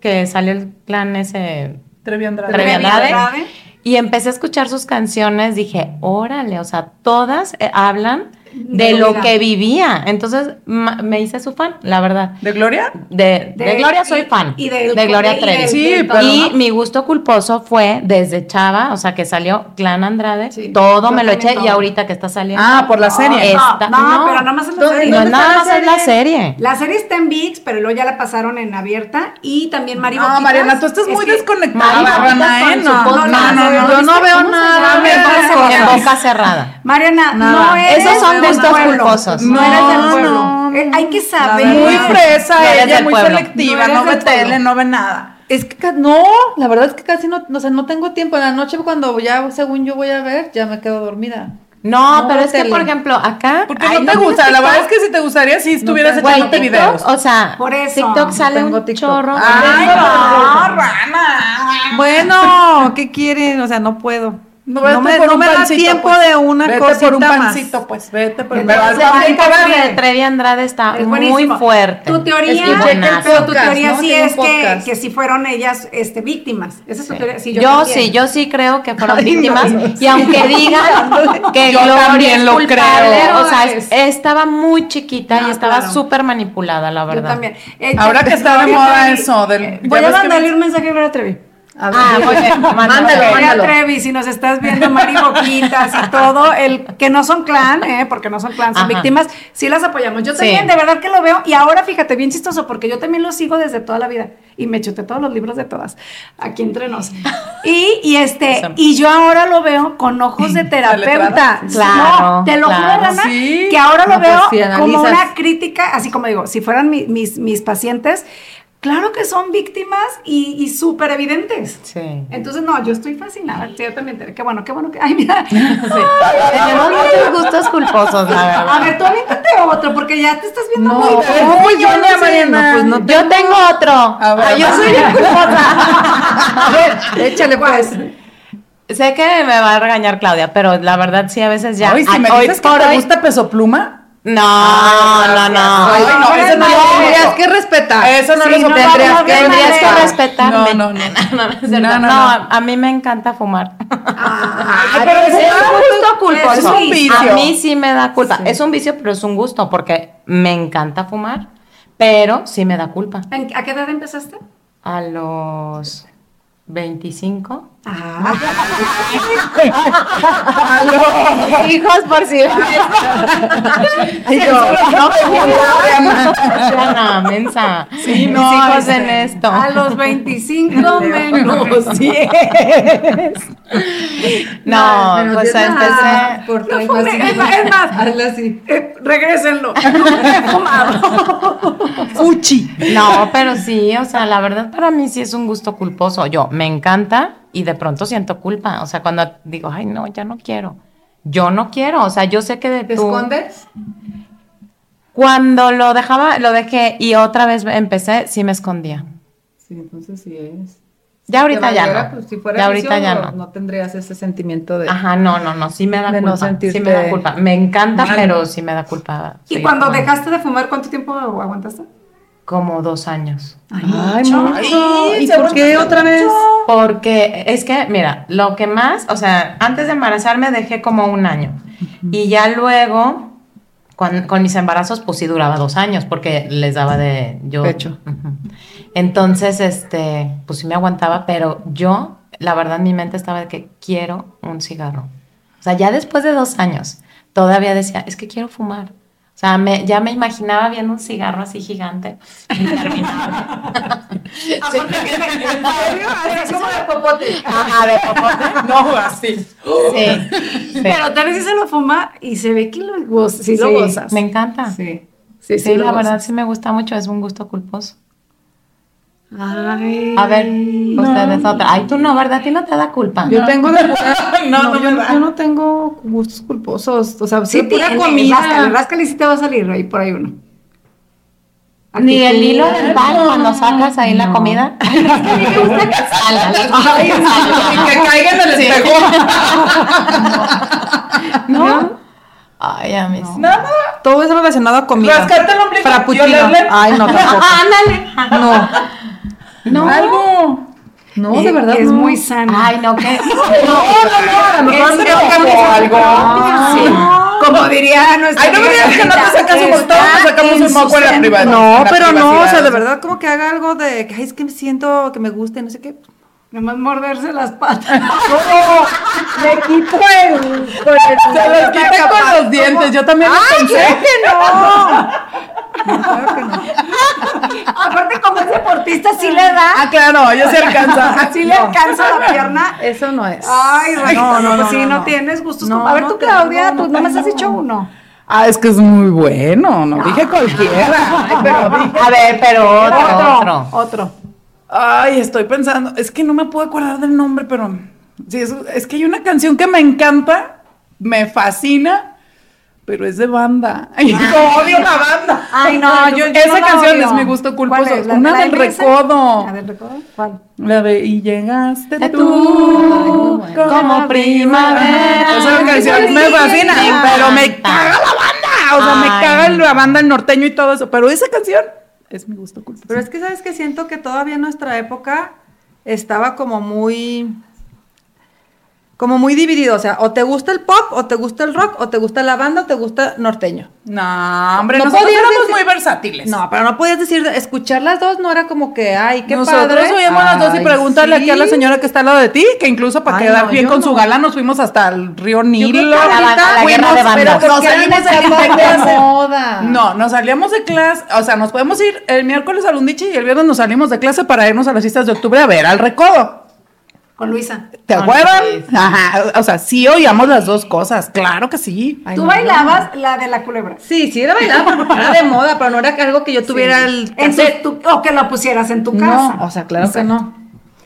S3: que salió el plan ese
S4: Trevi Andrade.
S3: Trevi
S2: Andrade.
S3: Andrade. Y empecé a escuchar sus canciones, dije, órale, o sea, todas eh, hablan de
S2: De su
S3: lo
S2: vida.
S3: que vivía. Entonces ma- me hice su fan, la verdad.
S4: ¿De Gloria?
S3: De, de
S2: De-
S3: Gloria soy
S2: y-
S3: fan.
S2: y del-
S3: de Gloria
S2: y
S3: Trevi.
S2: del-
S4: Sí,
S2: del
S4: pero-
S3: Y mi gusto culposo fue desde Chava, o sea, que salió Clan Andrade,
S2: Sí,
S3: todo
S2: yo
S3: me lo
S2: también
S3: eché y
S2: todo.
S3: ahorita que está saliendo.
S4: Ah, por la serie.
S3: es-
S2: No,
S3: Esta-
S2: no,
S3: no.
S2: pero nada más es la
S5: ¿Dónde-
S2: serie.
S3: no es
S5: ¿dónde
S3: nada
S5: está
S3: más es la serie.
S2: La serie está en VIX, pero luego ya la pasaron en abierta y también Mari
S4: No,
S2: Boquitas.
S4: Ah, Mariana, tú estás
S2: Es
S4: muy
S2: que-
S4: desconectada,
S3: Mariana,
S4: Mariana, ¿eh?
S3: con su
S4: No, no,
S3: podcast.
S4: no, no, yo
S3: ¿Viste
S4: no
S3: cómo
S4: veo
S3: se
S4: nada.
S3: llama?
S4: de esas
S3: En
S4: cosas.
S3: boca cerrada.
S2: Mariana, no
S5: Nada.
S2: eres
S3: Esos son
S2: del
S3: gustos
S2: pueblo.
S3: culposos.
S2: No, eres del
S4: No,
S2: pueblo.
S4: no,
S2: Eh, hay que saber.
S5: La
S4: Muy
S5: verdad.
S4: fresa
S3: No eres
S4: ella,
S3: del
S4: muy
S3: pueblo.
S4: selectiva,
S5: No
S4: no,
S5: eres
S4: ve
S5: del pueblo.
S4: tele, no ve nada.
S5: Es que ca- no, la verdad es que casi no, o sea, no tengo tiempo. En la noche cuando ya, según yo voy a ver, ya me quedo dormida.
S3: No,
S5: No,
S3: pero es que,
S5: tele.
S3: por ejemplo, acá.
S4: Porque
S3: Ay,
S4: no te
S3: tienes
S4: gusta, la
S3: TikTok?
S4: verdad es que si te gustaría, si estuvieras
S5: tengo-
S3: Güey,
S4: echándote
S3: TikTok,
S4: videos.
S3: o sea,
S2: Por eso,
S3: TikTok
S2: no
S3: sale
S5: tengo
S3: un
S5: TikTok.
S3: chorro. de-
S4: Ay,
S5: no,
S4: no,
S5: <laughs>
S4: rana.
S5: Bueno, ¿qué quieren? O sea, no puedo. No,
S4: vete
S5: me,
S4: por
S5: no
S4: un
S5: me da
S4: pancito,
S5: tiempo
S4: pues.
S5: de una
S4: vete
S5: cosita
S4: por un
S5: más.
S4: pancito,
S5: <laughs>
S4: pues, vete por un
S2: Vete por
S3: Entonces,
S2: Está
S3: el
S2: muy
S3: podcast
S2: padre.
S3: de Trevi Andrade está
S2: Es
S3: muy
S2: buenísimo.
S3: fuerte.
S2: Tu teoría,
S3: Es buenazo.
S2: pero tu teoría
S5: ¿no?
S2: sí
S5: Tiene un
S2: es que,
S5: podcast.
S2: que sí fueron ellas este, víctimas. Esa es tu teoría. Sí,
S3: yo
S2: yo también.
S3: sí, yo sí creo que fueron
S5: Ay, no.
S3: víctimas. Y aunque
S5: <laughs>
S3: digan que
S4: Yo
S3: Gloria
S4: también
S3: es
S4: lo
S3: culpable,
S4: creo.
S3: o sea, es- estaba muy chiquita
S2: No,
S3: y estaba
S2: claro.
S3: súper manipulada, la
S2: Yo
S3: verdad.
S2: también. Eh,
S4: Ahora
S2: yo-
S4: que está de
S2: Gloria
S4: moda
S2: Trevi,
S4: eso del-
S2: eh,
S4: ya
S2: Voy a
S4: ves que
S2: mandarle
S4: me-
S2: un mensaje a Gloria Trevi.
S5: A ver.
S3: Ah, muy bien, mándalo.
S5: <laughs> Mándalo.
S2: Gloria Trevi, si nos estás viendo, Mari Boquitas y todo, el que no son clan, ¿eh? porque no son clan, son
S3: Ajá.
S2: víctimas, sí las apoyamos. Yo
S3: Sí.
S2: también, de verdad que lo veo, y ahora fíjate, bien chistoso, porque yo también lo sigo desde toda la vida, y me chuté todos los libros de todas, aquí entre nos. Y, y este,
S3: Eso.
S2: y yo ahora lo veo con ojos de terapeuta.
S4: letrada?
S3: Claro,
S2: No, te lo juro,
S3: claro.
S2: Rana,
S4: Sí.
S2: que ahora lo
S5: No, pues,
S2: veo
S5: si
S2: como
S5: analizas.
S2: una crítica, así como digo, si fueran mi- mis, mis pacientes, claro que son víctimas y, y súper evidentes.
S3: Sí.
S2: Entonces, no, yo estoy fascinada. Sí, yo también. te- Qué bueno, qué bueno que. Ay,
S5: <laughs>
S2: mira.
S3: Tenemos muchos gustos culposos, la verdad.
S2: <laughs> Ah, A ver, tú aviéntate otro, porque ya te estás viendo
S5: No,
S2: muy.
S5: pues, ¿cómo yo no sé? No, pues, <laughs> no
S3: Yo tengo otro.
S4: A ver,
S3: Ah, yo
S4: va.
S2: <laughs>
S3: soy la culposa.
S5: Échale pues.
S3: Sé que me va a regañar Claudia, pero la verdad sí a veces ya.
S4: Ay, si
S3: Ah,
S4: me
S3: hoy
S4: dices que
S3: por
S4: te
S3: hoy-
S4: gusta peso pluma,
S3: No, no, no.
S4: Ay, no,
S5: Pero
S4: ese no lo
S5: tendrías
S4: conozco.
S5: que respetar.
S4: eso no
S2: Sí,
S4: lo
S2: no,
S4: soporto.
S2: no, no, no,
S3: Tendrías que
S2: Madre.
S3: respetarme.
S4: No, no, no.
S3: <laughs> no, no, es cierto.
S4: No, no,
S3: No,
S4: no.
S3: a, a mí me encanta fumar.
S4: Ay, pero
S3: es
S4: es un
S3: un gusto
S4: Es
S3: culposo.
S4: un vicio.
S3: A mí sí me da culpa. Es un vicio, pero es un gusto porque me encanta fumar, pero sí me da culpa.
S2: ¿En- ¿A qué edad empezaste?
S3: A los 25.
S5: Ah,
S3: Hijos por
S5: <laughs>
S3: si <laughs> Diana, mensa.
S4: Sí,
S3: Mis
S4: no,
S3: hijos
S4: este,
S3: en esto.
S2: pues, A los
S5: <laughs>
S2: 25 menos.
S3: No,
S5: Menos
S3: pues
S5: diez,
S3: empecé.
S5: ah, Por
S2: No
S5: tres
S2: fumé,
S5: más.
S2: es más, es más.
S5: <laughs> Hazle así.
S2: Eh,
S5: <laughs>
S2: regrésenlo. He fumado.
S4: Fuchi.
S3: No, pero sí, o sea, la verdad para mí sí es un gusto culposo. Yo me encanta y de pronto siento culpa. O sea, cuando digo, ay, no, ya no quiero. Yo no quiero, o sea, yo sé que de
S5: ¿Te
S3: tú-
S5: escondes?
S3: Cuando lo dejaba, lo dejé y otra vez empecé, sí me escondía.
S5: Sí, entonces sí es.
S3: Ya ahorita
S5: Te
S3: ya
S5: valiera,
S3: no.
S5: pues, si fuera
S3: ya ahorita
S5: vicio,
S3: ya
S5: no,
S3: no.
S5: no tendrías ese sentimiento de.
S3: Ajá, no, no, no, sí me da
S5: De no
S3: culpa. sí me
S5: sentirte
S3: da culpa. Me encanta,
S5: mal.
S3: pero sí me da culpa.
S2: <laughs> Y
S3: seguir
S2: cuando
S3: fumando.
S2: dejaste de fumar, ¿cuánto tiempo aguantaste?
S3: Como dos años.
S5: Ay,
S4: mucho.
S5: mucho. ¿Y
S4: Se
S5: por qué
S4: aguanta
S5: otra vez?
S3: Porque es que, mira, lo que más, o sea, antes de embarazarme dejé como un año. Y ya luego, con, con mis embarazos, pues sí duraba dos años, porque les daba de yo.
S5: Pecho.
S3: Ujú. Entonces, este, pues sí me aguantaba, pero yo, la verdad, mi mente estaba de que quiero un cigarro. O sea, ya después de dos años, todavía decía, es que quiero fumar. O O sea, me, ya me imaginaba viendo un cigarro así gigante.
S2: <laughs>
S3: Interminable. Ajá, de popote.
S4: No, así.
S3: Sí, sí.
S2: Pero tal vez sí se lo fuma y se ve que lo, go- sí lo
S5: Sí,
S2: gozas.
S3: Me encanta. Sí,
S2: Sí, sí, sí. lo
S3: la
S2: gozas.
S3: verdad sí me gusta mucho. Es un gusto culposo.
S2: Ay.
S3: A ver, ustedes otra. Ay, tú no, ¿verdad? A ti no te da culpa.
S5: Yo tengo
S2: <laughs>
S5: de
S4: No,
S5: no,
S4: no
S5: yo,
S4: me da.
S5: yo no tengo gustos culposos. O sea,
S2: Sí,
S5: sí, pura
S2: tiene, Ráscale,
S5: comida.
S2: ráscale y sí te va a salir ahí por ahí uno.
S3: Ni el
S2: Actitud.
S3: hilo dental cuando sacas ahí la comida.
S2: <laughs>
S3: Ala, la-
S2: <laughs>
S5: que caiga en el espejo.
S3: ¿No? Ay, a mí sí.
S4: Nada.
S5: Todo es relacionado a comida.
S4: Rascarte el ombligo,
S5: Frappuccino.
S4: y olerle.
S5: Ay, no, tampoco.
S3: Ándale.
S5: No.
S3: No.
S4: Algo.
S5: No,
S2: Eh,
S5: de verdad.
S2: Es
S5: no.
S2: muy sano.
S3: Ay, no, que.
S4: A lo mejor
S5: Es
S4: te
S5: que
S4: tocó
S5: algo.
S3: Ah.
S4: algo.
S5: Ah.
S2: Como diría nuestra
S4: Ay, no me
S2: querida
S4: digas que no te
S2: Rita,
S4: sacas un montón,
S2: está
S4: nos sacamos
S2: en
S4: un moco en la
S2: su
S4: privada.
S5: No,
S4: Este, La
S5: pero no, o sea,
S4: privacidad.
S5: de verdad, como que haga algo de que, ay, es que me siento que me guste, no sé qué.
S2: Nomás morderse las patas.
S5: Me quito el.
S4: Pues, Se los quita con los dientes. Yo también lo pensé.
S5: Claro que <laughs> no.
S2: Aparte, como es deportista, sí le da.
S4: Ah, claro, yo se alcanza.
S2: Así le alcanza la pierna.
S5: Eso no es.
S2: <laughs> Ay,
S5: no,
S2: Rita,
S5: no,
S2: pues
S5: no,
S2: sí,
S5: no,
S2: no,
S5: no.
S2: tienes gustos.
S5: No,
S2: como- a ver,
S5: no
S2: tú,
S5: tengo,
S2: Claudia,
S5: no
S2: tú nomás has
S5: tengo.
S2: hecho uno.
S4: Ah, es que es muy bueno. No dije cualquiera. Ay, pero dije.
S3: A ver, pero otro.
S2: Otro.
S3: otro.
S2: Otro.
S4: Ay, estoy pensando. Es que no me puedo acordar del nombre, pero. Sí, es, es que hay una canción que me encanta, me fascina, pero es de banda. <laughs> Ay, odio la banda.
S2: Ah. <laughs> Ay, no, yo- yo
S4: Esa
S2: no la
S4: canción
S2: odio.
S4: es mi gusto culposo.
S2: ¿Cuál es? ¿La-
S4: Una
S2: la
S4: del
S2: MS?
S4: recodo.
S2: ¿La del recodo? ¿Cuál?
S4: La de Y llegaste
S3: De
S4: tú,
S3: tú, como primavera.
S4: Esa canción me fascina, pero me caga la banda. O sea, me
S3: Ay.
S4: caga la banda, el norteño y todo eso. Pero esa canción es mi gusto culposo.
S5: Pero es que, ¿sabes que Siento que todavía en nuestra época estaba como muy. Como muy dividido, o sea, o te gusta el pop, o te gusta el rock, o te gusta la banda, o te gusta norteño.
S4: No, hombre,
S5: No
S4: nosotros
S5: podías
S4: éramos
S5: decir-
S4: muy versátiles.
S5: No, pero no podías decir, escuchar las dos no era como que, ay, qué
S4: Nosotros
S5: padre.
S4: subíamos las dos y
S5: Ay,
S4: preguntarle aquí a la
S5: sí.
S4: señora que está al lado de ti, que incluso para
S5: Ay,
S4: quedar
S5: no,
S4: bien
S5: yo
S4: con
S5: no.
S4: su gala nos fuimos hasta el
S5: Yo creo
S4: río Nilo.
S5: que
S3: a la- a la
S5: ahorita
S3: guerra de
S5: fuimos,
S3: bandas.
S5: pero
S4: Nos
S5: creo que
S4: salimos
S5: ahorita
S4: de <laughs>
S5: está
S4: clase.
S5: más de moda.
S4: No, nos salíamos de clase, o sea, nos podemos ir el miércoles al Undichi y el viernes nos salimos de clase para irnos a las fiestas de octubre a ver al recodo.
S2: Con Luisa.
S4: ¿Te
S3: Con
S4: acuerdan?
S3: Luis.
S4: Ajá, o sea, sí oíamos las dos cosas, claro que sí.
S5: Ay,
S2: Tú
S5: no.
S2: bailabas la de la culebra.
S5: Sí, sí, era bailaba porque era de moda, pero no era algo que yo tuviera el.
S2: En tu- o que la pusieras en tu casa.
S5: No, o sea, claro que no.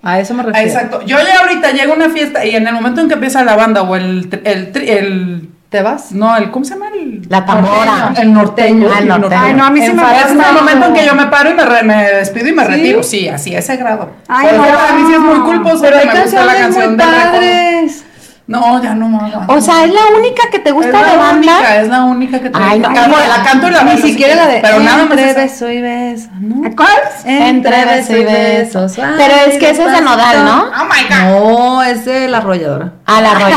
S5: A eso
S4: pues
S5: me refiero.
S4: Exacto. Yo ya ahorita llego a una fiesta y en el momento en que empieza la banda o el tri- el, tri- el
S5: ¿Te vas?
S4: no, el ¿cómo se llama? El,
S3: La tambora.
S4: El norteño.
S3: Ah, el norteño.
S2: Ay, no, a mí sí
S4: En
S2: me
S4: Fares
S2: gusta.
S4: Es el momento en que yo me paro y me, re- me despido y me
S5: ¿Sí?
S4: retiro. Sí, así, a ese grado.
S2: Ay,
S4: Pero
S2: no.
S4: A mí sí es muy culposo.
S5: Pero hay
S4: me gusta la
S5: canciones muy
S4: canción del recodo.
S5: padres.
S4: No, ya no más.
S3: O sea, es la única que te
S4: es
S3: gusta
S4: la
S3: de banda.
S4: única, es la única que te
S3: Ay, no,
S4: Canto-
S3: no.
S4: la canto y la
S5: Ni
S4: bailo,
S5: siquiera
S4: sí,
S5: la de.
S4: Pero nada más.
S5: entre
S4: esa.
S5: beso y beso, ¿no?
S2: ¿Cuál?
S3: Entre beso y beso. Pero es que ese es de Nodal, ¿no?
S4: Oh my god.
S5: No, es de la arrolladora.
S3: A la roya.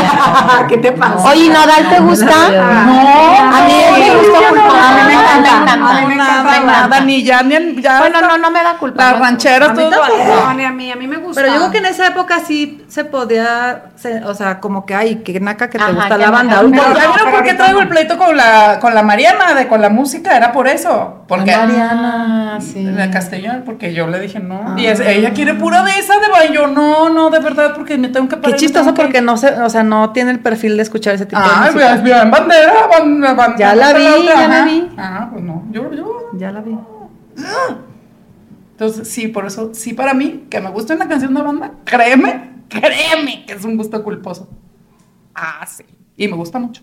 S2: <laughs> ¿Qué te pasa?
S3: Oye, ¿y ¿Nodal te gusta? A mí es mi gusto culposo. A mí me encanta.
S2: A mí me encanta.
S3: Me
S4: Nada, nada, ni ya, ni el- ya.
S3: Bueno, no, no me da culpa.
S4: Las
S3: no es culpa.
S4: rancheras, todo.
S2: No, ni a mí, a mí me gusta.
S5: Pero yo creo que en esa época sí se podía, se- o sea, como que, ay, qué naca que te
S3: Ajá,
S5: gusta
S3: qué
S5: la
S3: naca.
S5: banda.
S4: Pero
S5: Ahorita-
S2: No,
S4: ya
S2: no,
S4: vieron
S2: pero
S4: por qué
S2: ahorita
S4: traigo
S2: no.
S4: el pleito con la, con la Mariana, de con la música, era por eso. Porque
S3: Mariana, sí.
S4: La castellana, porque yo le dije no. Y
S5: Ah.
S4: es- ella quiere pura de esa de baile. Yo, no, no, de verdad, porque me tengo que parar.
S5: Qué
S4: me
S5: chistoso
S4: tengo que
S5: porque
S4: ir".
S5: no se, o sea, no tiene el perfil de escuchar ese tipo de
S4: Ay, pues,
S5: música.
S4: mira, mira, en bandera, ban- ban-
S5: Ya la vi,
S4: otra,
S5: ya la
S4: ajá.
S5: vi.
S4: Ah, pues no, yo, yo.
S5: Ya la vi.
S4: Entonces, sí, por eso, sí, para mí, que me guste una canción de banda, créeme, créeme que es un gusto culposo. Ah, sí. Y me gusta mucho.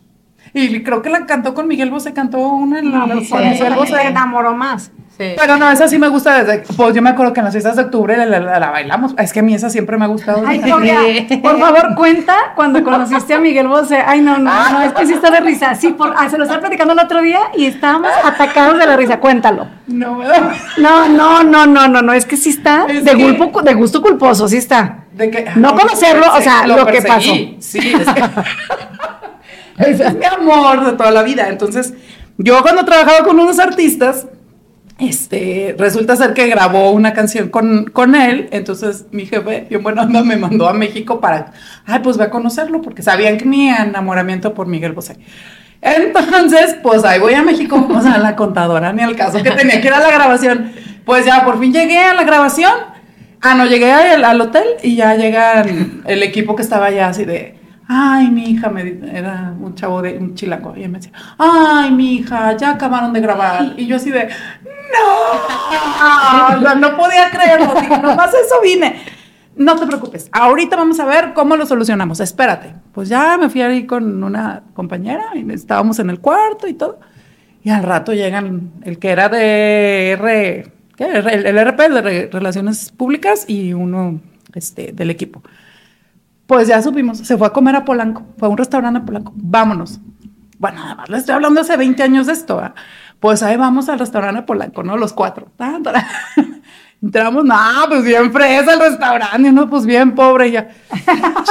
S4: Y creo que la cantó con Miguel Bosé, cantó una en la...
S5: Ah,
S2: No,
S4: con
S2: por eso
S4: Miguel
S2: la gente
S4: Bosé.
S2: se enamoró más.
S3: Sí.
S4: Pero no, esa sí me gusta desde. Pues yo me acuerdo que en las fiestas de octubre la, la- la bailamos. Es que a mí esa siempre me ha gustado.
S2: Ay, Claudia, por favor, cuenta cuando conociste a Miguel Bosé. Ay, no, no, no, es que sí está de risa. Sí, por, ah, se lo estaba platicando el otro día y estábamos atacados de la risa. Cuéntalo.
S4: No <laughs> me da.
S2: No, no, no, no, no, no, es que sí está
S4: Es
S2: de,
S4: que-
S2: gulpo- de gusto culposo, sí está.
S4: De que,
S2: No conocerlo, o sea, lo que
S4: perseguí. Sí, es que. <laughs> ese es mi amor de toda la vida. Entonces, yo cuando trabajaba con unos artistas, este, resulta ser que grabó una canción con, con él. Entonces, mi jefe, bien buena onda, me mandó a México para. Ay, pues ve a conocerlo, porque sabían que mi enamoramiento por Miguel Bosé. Entonces, pues ahí voy a México, <laughs> o sea, la contadora, ni al caso que tenía que ir a la grabación. Pues ya por fin llegué a la grabación. Ah, no, llegué al, al hotel y ya llegan el equipo que estaba allá así de, ay, mi hija, me, di- era un chavo de un chilango. Y él me decía, ay, mi hija, ya acabaron de grabar. Y yo así de, <laughs> no, no, no podía creerlo. Digo, nomás eso vine. No te preocupes, ahorita vamos a ver cómo lo solucionamos, espérate. Pues ya me fui ahí con una compañera, y estábamos en el cuarto y todo, y al rato llegan el que era de R, ¿qué? El, el RP, el de Re- Relaciones Públicas, y uno este, del equipo. Pues ya supimos, se fue a comer a Polanco, fue a un restaurante a Polanco, vámonos. Bueno, además le estoy hablando hace 20 años de esto, ¿ah? pues ahí vamos al restaurante a Polanco, ¿no? Los cuatro. Tan, tan. <laughs> Entramos, no, pues bien fresa el restaurante, y uno pues bien pobre, y ya.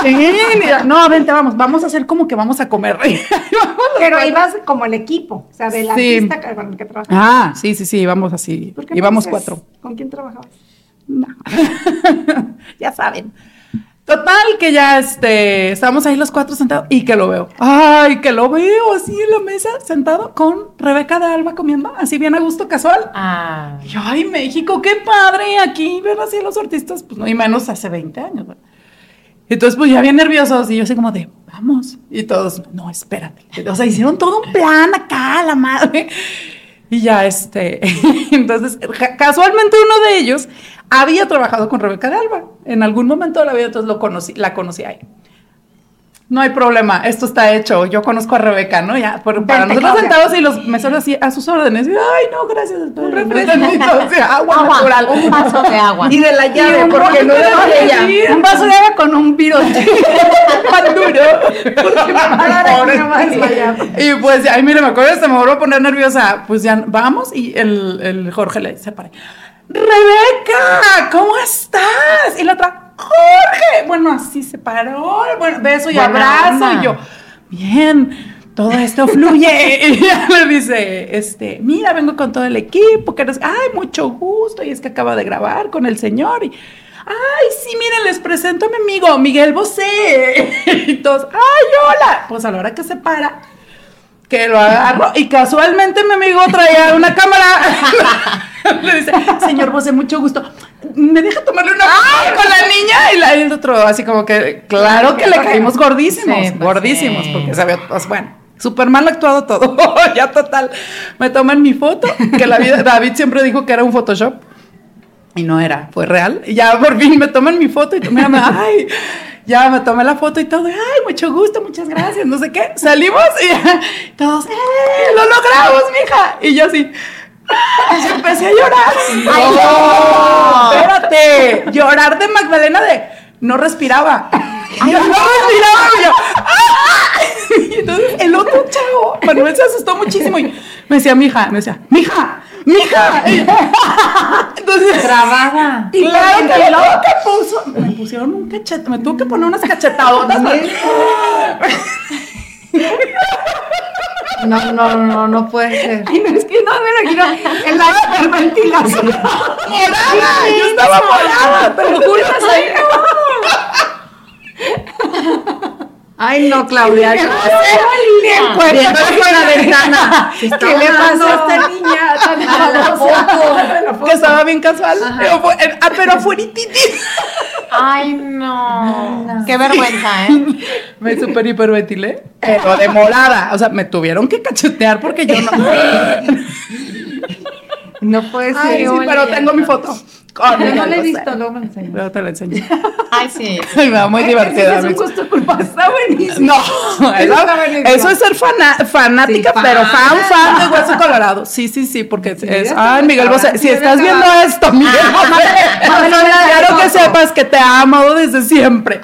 S4: Chin, y ya, no, vente, vamos, vamos a hacer como que vamos a comer. <laughs> Y vamos a
S1: Pero
S4: comer.
S1: ibas como el equipo, o sea, del
S4: Sí.
S1: artista que- con el que trabajabas.
S4: Ah, sí, sí, sí, íbamos
S2: Ah,
S4: así,
S1: ¿Por qué
S4: íbamos
S1: entonces,
S4: cuatro.
S1: ¿Con quién trabajabas?
S4: <laughs> ya saben. Total, que ya este, estamos ahí los cuatro sentados y que lo veo. Ay, que lo veo así en la mesa, sentado con Rebeca de Alba comiendo, así bien a gusto, casual.
S3: Ah,
S4: Y yo, ay, México, qué padre aquí ver así a los artistas, pues no, y menos hace 20 años. ¿verdad? Entonces, pues ya bien nerviosos y yo así como de, vamos. Y todos, no, espérate. O sea, hicieron todo un plan acá, la madre. Y ya, este, <laughs> entonces, ja- casualmente uno de ellos había trabajado con Rebeca de Alba. En algún momento de la vida, entonces lo conocí, la conocí ahí. No hay problema, esto está hecho. Yo conozco a Rebeca, ¿no? Ya, por- para
S1: Vente,
S4: nosotros
S1: Claudia.
S4: sentados y los meseros así a sus órdenes. Y, Ay, no, gracias. Un refresco, o sea, agua, natural.
S3: un vaso de agua.
S5: Y de la llave, porque no era de ella.
S4: Un vaso de agua con un virus.
S1: <laughs>
S4: Pan duro. <laughs> Pobre. y pues, ay, mire, me acuerdo, se me volvió a poner nerviosa. Pues ya, vamos. Y el, el Jorge le dice, para Rebeca, ¿cómo estás? Y la otra, Jorge. Bueno, así se paró. Bueno, beso y
S3: Buena
S4: abrazo.
S3: onda.
S4: Y yo, bien. Todo esto fluye. <laughs> Y ella me dice, este, mira, vengo con todo el equipo, que eres, ay, mucho gusto. Y es que acaba de grabar con el señor. Y, ay, sí, miren, les presento a mi amigo Miguel Bosé. <laughs> Y todos, ay, hola. Pues a la hora que se para, que lo agarro y casualmente mi amigo traía una cámara. <laughs> Le dice, señor Bosé, mucho gusto. ¿Me deja tomarle una foto con la niña? Y, la- y el otro, así como que, claro que le caímos gordísimos,
S3: Sí, pues,
S4: gordísimos,
S3: sí.
S4: porque sabía, pues bueno, súper mal actuado todo. <laughs> ya total, me toman mi foto, que la vida, David siempre dijo que era un Photoshop. Y no era, fue real. Y ya por fin me toman mi foto y to- mira, me- ay, ya me tomé la foto y todo, ay, mucho gusto, muchas gracias, no sé qué. Salimos y <laughs> ya, todos, ¡eh! ¡Lo logramos, mija! Y yo así, "Ah", y yo empecé a llorar. ¡Ay, no! Espérate, llorar de Magdalena de, no respiraba. Yo no respiraba, y yo, "Ah". <laughs> y entonces el otro chavo, Manuel se asustó muchísimo y me decía, mija, me decía, mija, mija. Y- Entonces,
S3: Trabada.
S4: claro que lo que puso, me pusieron un cachete, me tuvo que poner unas cachetadotas.
S5: No, no, no, no puede ser.
S1: Ay, no, es que no, me imagino en la hiperventilación.
S4: ¡Morada! Yo estaba morada, te lo juro.
S5: Ay, no, Claudia. ¿qué pasó?
S1: El cuerpo
S5: Viendo por la ventana. ¿Qué
S1: le pasó a esta
S5: niña?
S4: Que estaba bien casual. Pero, fue- eh, ah, pero afuerititis.
S3: Ay, no. Qué vergüenza, ¿eh?
S4: <laughs> Me super hiperventilé, pero de morada. O sea, me tuvieron que cachetear porque yo no.
S5: No puede ser.
S4: Ay, sí,
S3: Oli.
S4: pero tengo mi foto. Con
S5: Yo no la he
S4: el José.
S5: visto, luego me la enseño.
S4: Luego te la enseño.
S3: Ay, sí.
S4: <laughs> Ay, me da muy divertida.
S1: es
S4: me-
S1: un gusto culposo, está buenísimo.
S4: No, eso, eso es ser fana- fanática,
S5: Sí,
S4: pero fan,
S5: fan.
S4: fan de Hueso Colorado. Sí, sí, sí, porque es.
S5: hubieras
S4: Ay, Miguel Bosé,
S5: acabado,
S4: si
S5: si
S4: estás
S5: hubieras
S4: viendo esto, Miguel <laughs> Bosé, quiero que sepas que te ha amado desde siempre.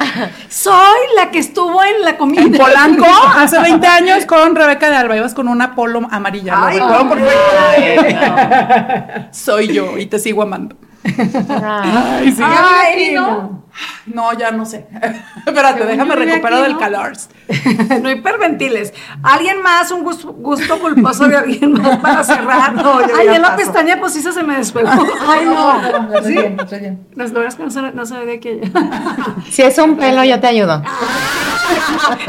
S1: Soy la que estuvo en la comida. <laughs>
S4: En Polanco, hace 20 años, con Rebeca de Alba, ibas con una polo amarilla. lo
S1: Ay,
S4: recuerdo
S1: no.
S4: perfectamente. <laughs> Soy yo y te sigo amando. Ay,
S1: Ah,
S4: sí.
S1: Ay,
S5: no.
S1: no.
S4: No, ya no sé. <laughs> Espérate,
S1: Según
S4: déjame
S1: yo vive
S4: recuperar
S1: aquí,
S4: del
S1: ¿no?
S4: calor.
S2: <laughs>
S1: No hiperventiles. ¿Alguien más? ¿Un gusto, gusto culposo de alguien más para cerrar? Ay,
S5: ya
S1: de la
S5: paso.
S1: pestaña
S2: pues,
S1: posiza se me despegó. Ay,
S5: No, ¿Sí?
S1: Las logras que no se, no se ve de aquella.
S3: Si es un pelo, yo te ayudo.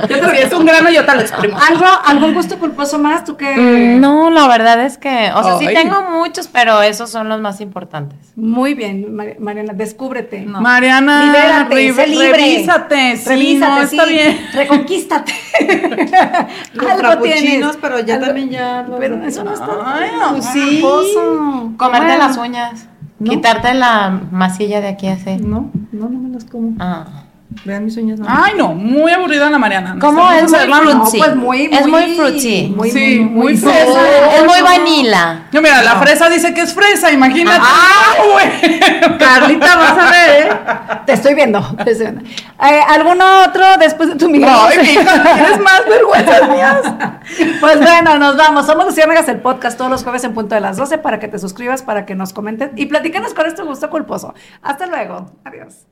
S2: Yo creo que es un grano yo te lo exprimo. ¿Algo, ¿Algún gusto culposo más? ¿Tú qué?
S3: Mm, No, la verdad es que, o sea, sí
S4: Ay.
S3: tengo muchos, pero esos son los más importantes.
S2: Mm. Muy bien, Mar- Mariana, descúbrete.
S4: Mariana,
S2: Libérate,
S4: re-
S2: sé libre.
S4: revísate, sí,
S2: Revísate,
S4: no, está
S2: sí,
S4: bien.
S2: Reconquístate.
S5: Los
S2: Algo tienes.
S5: frappuccinos, pero ya
S2: Algo-
S5: también ya lo-
S2: Pero eso no está. pues,
S4: Ay, no,
S2: Sí.
S3: Comerte
S2: Bueno.
S3: las uñas, quitarte la masilla de aquí así.
S5: No, no, no me los como.
S3: Ah.
S5: Vean mis uñas. No.
S4: Ay, no, muy aburrida la Mariana. no
S3: ¿Cómo
S4: sé,
S3: es
S4: vamos a
S3: muy
S4: verla, no.
S2: No,
S3: Sí.
S2: pues muy,
S3: Es muy fruity.
S2: Muy,
S4: Sí,
S2: muy, muy
S4: muy
S2: fresa.
S4: fresa.
S3: Es muy vanilla.
S4: No, mira, la fresa dice que es fresa, imagínate. ¡Ah, güey!
S2: Carlita, vas a ver, ¿eh? Te estoy viendo. Te estoy viendo. Eh, ¿Algún otro después de tu Miguel?
S4: Ay, mija, tienes más vergüenzas mías.
S2: Pues bueno, nos vamos. Somos Luciérnagas el podcast todos los jueves en punto de las este 12 para que te suscribas, para que nos comentes y platícanos cuál es tu gusto culposo. Hasta luego. Adiós.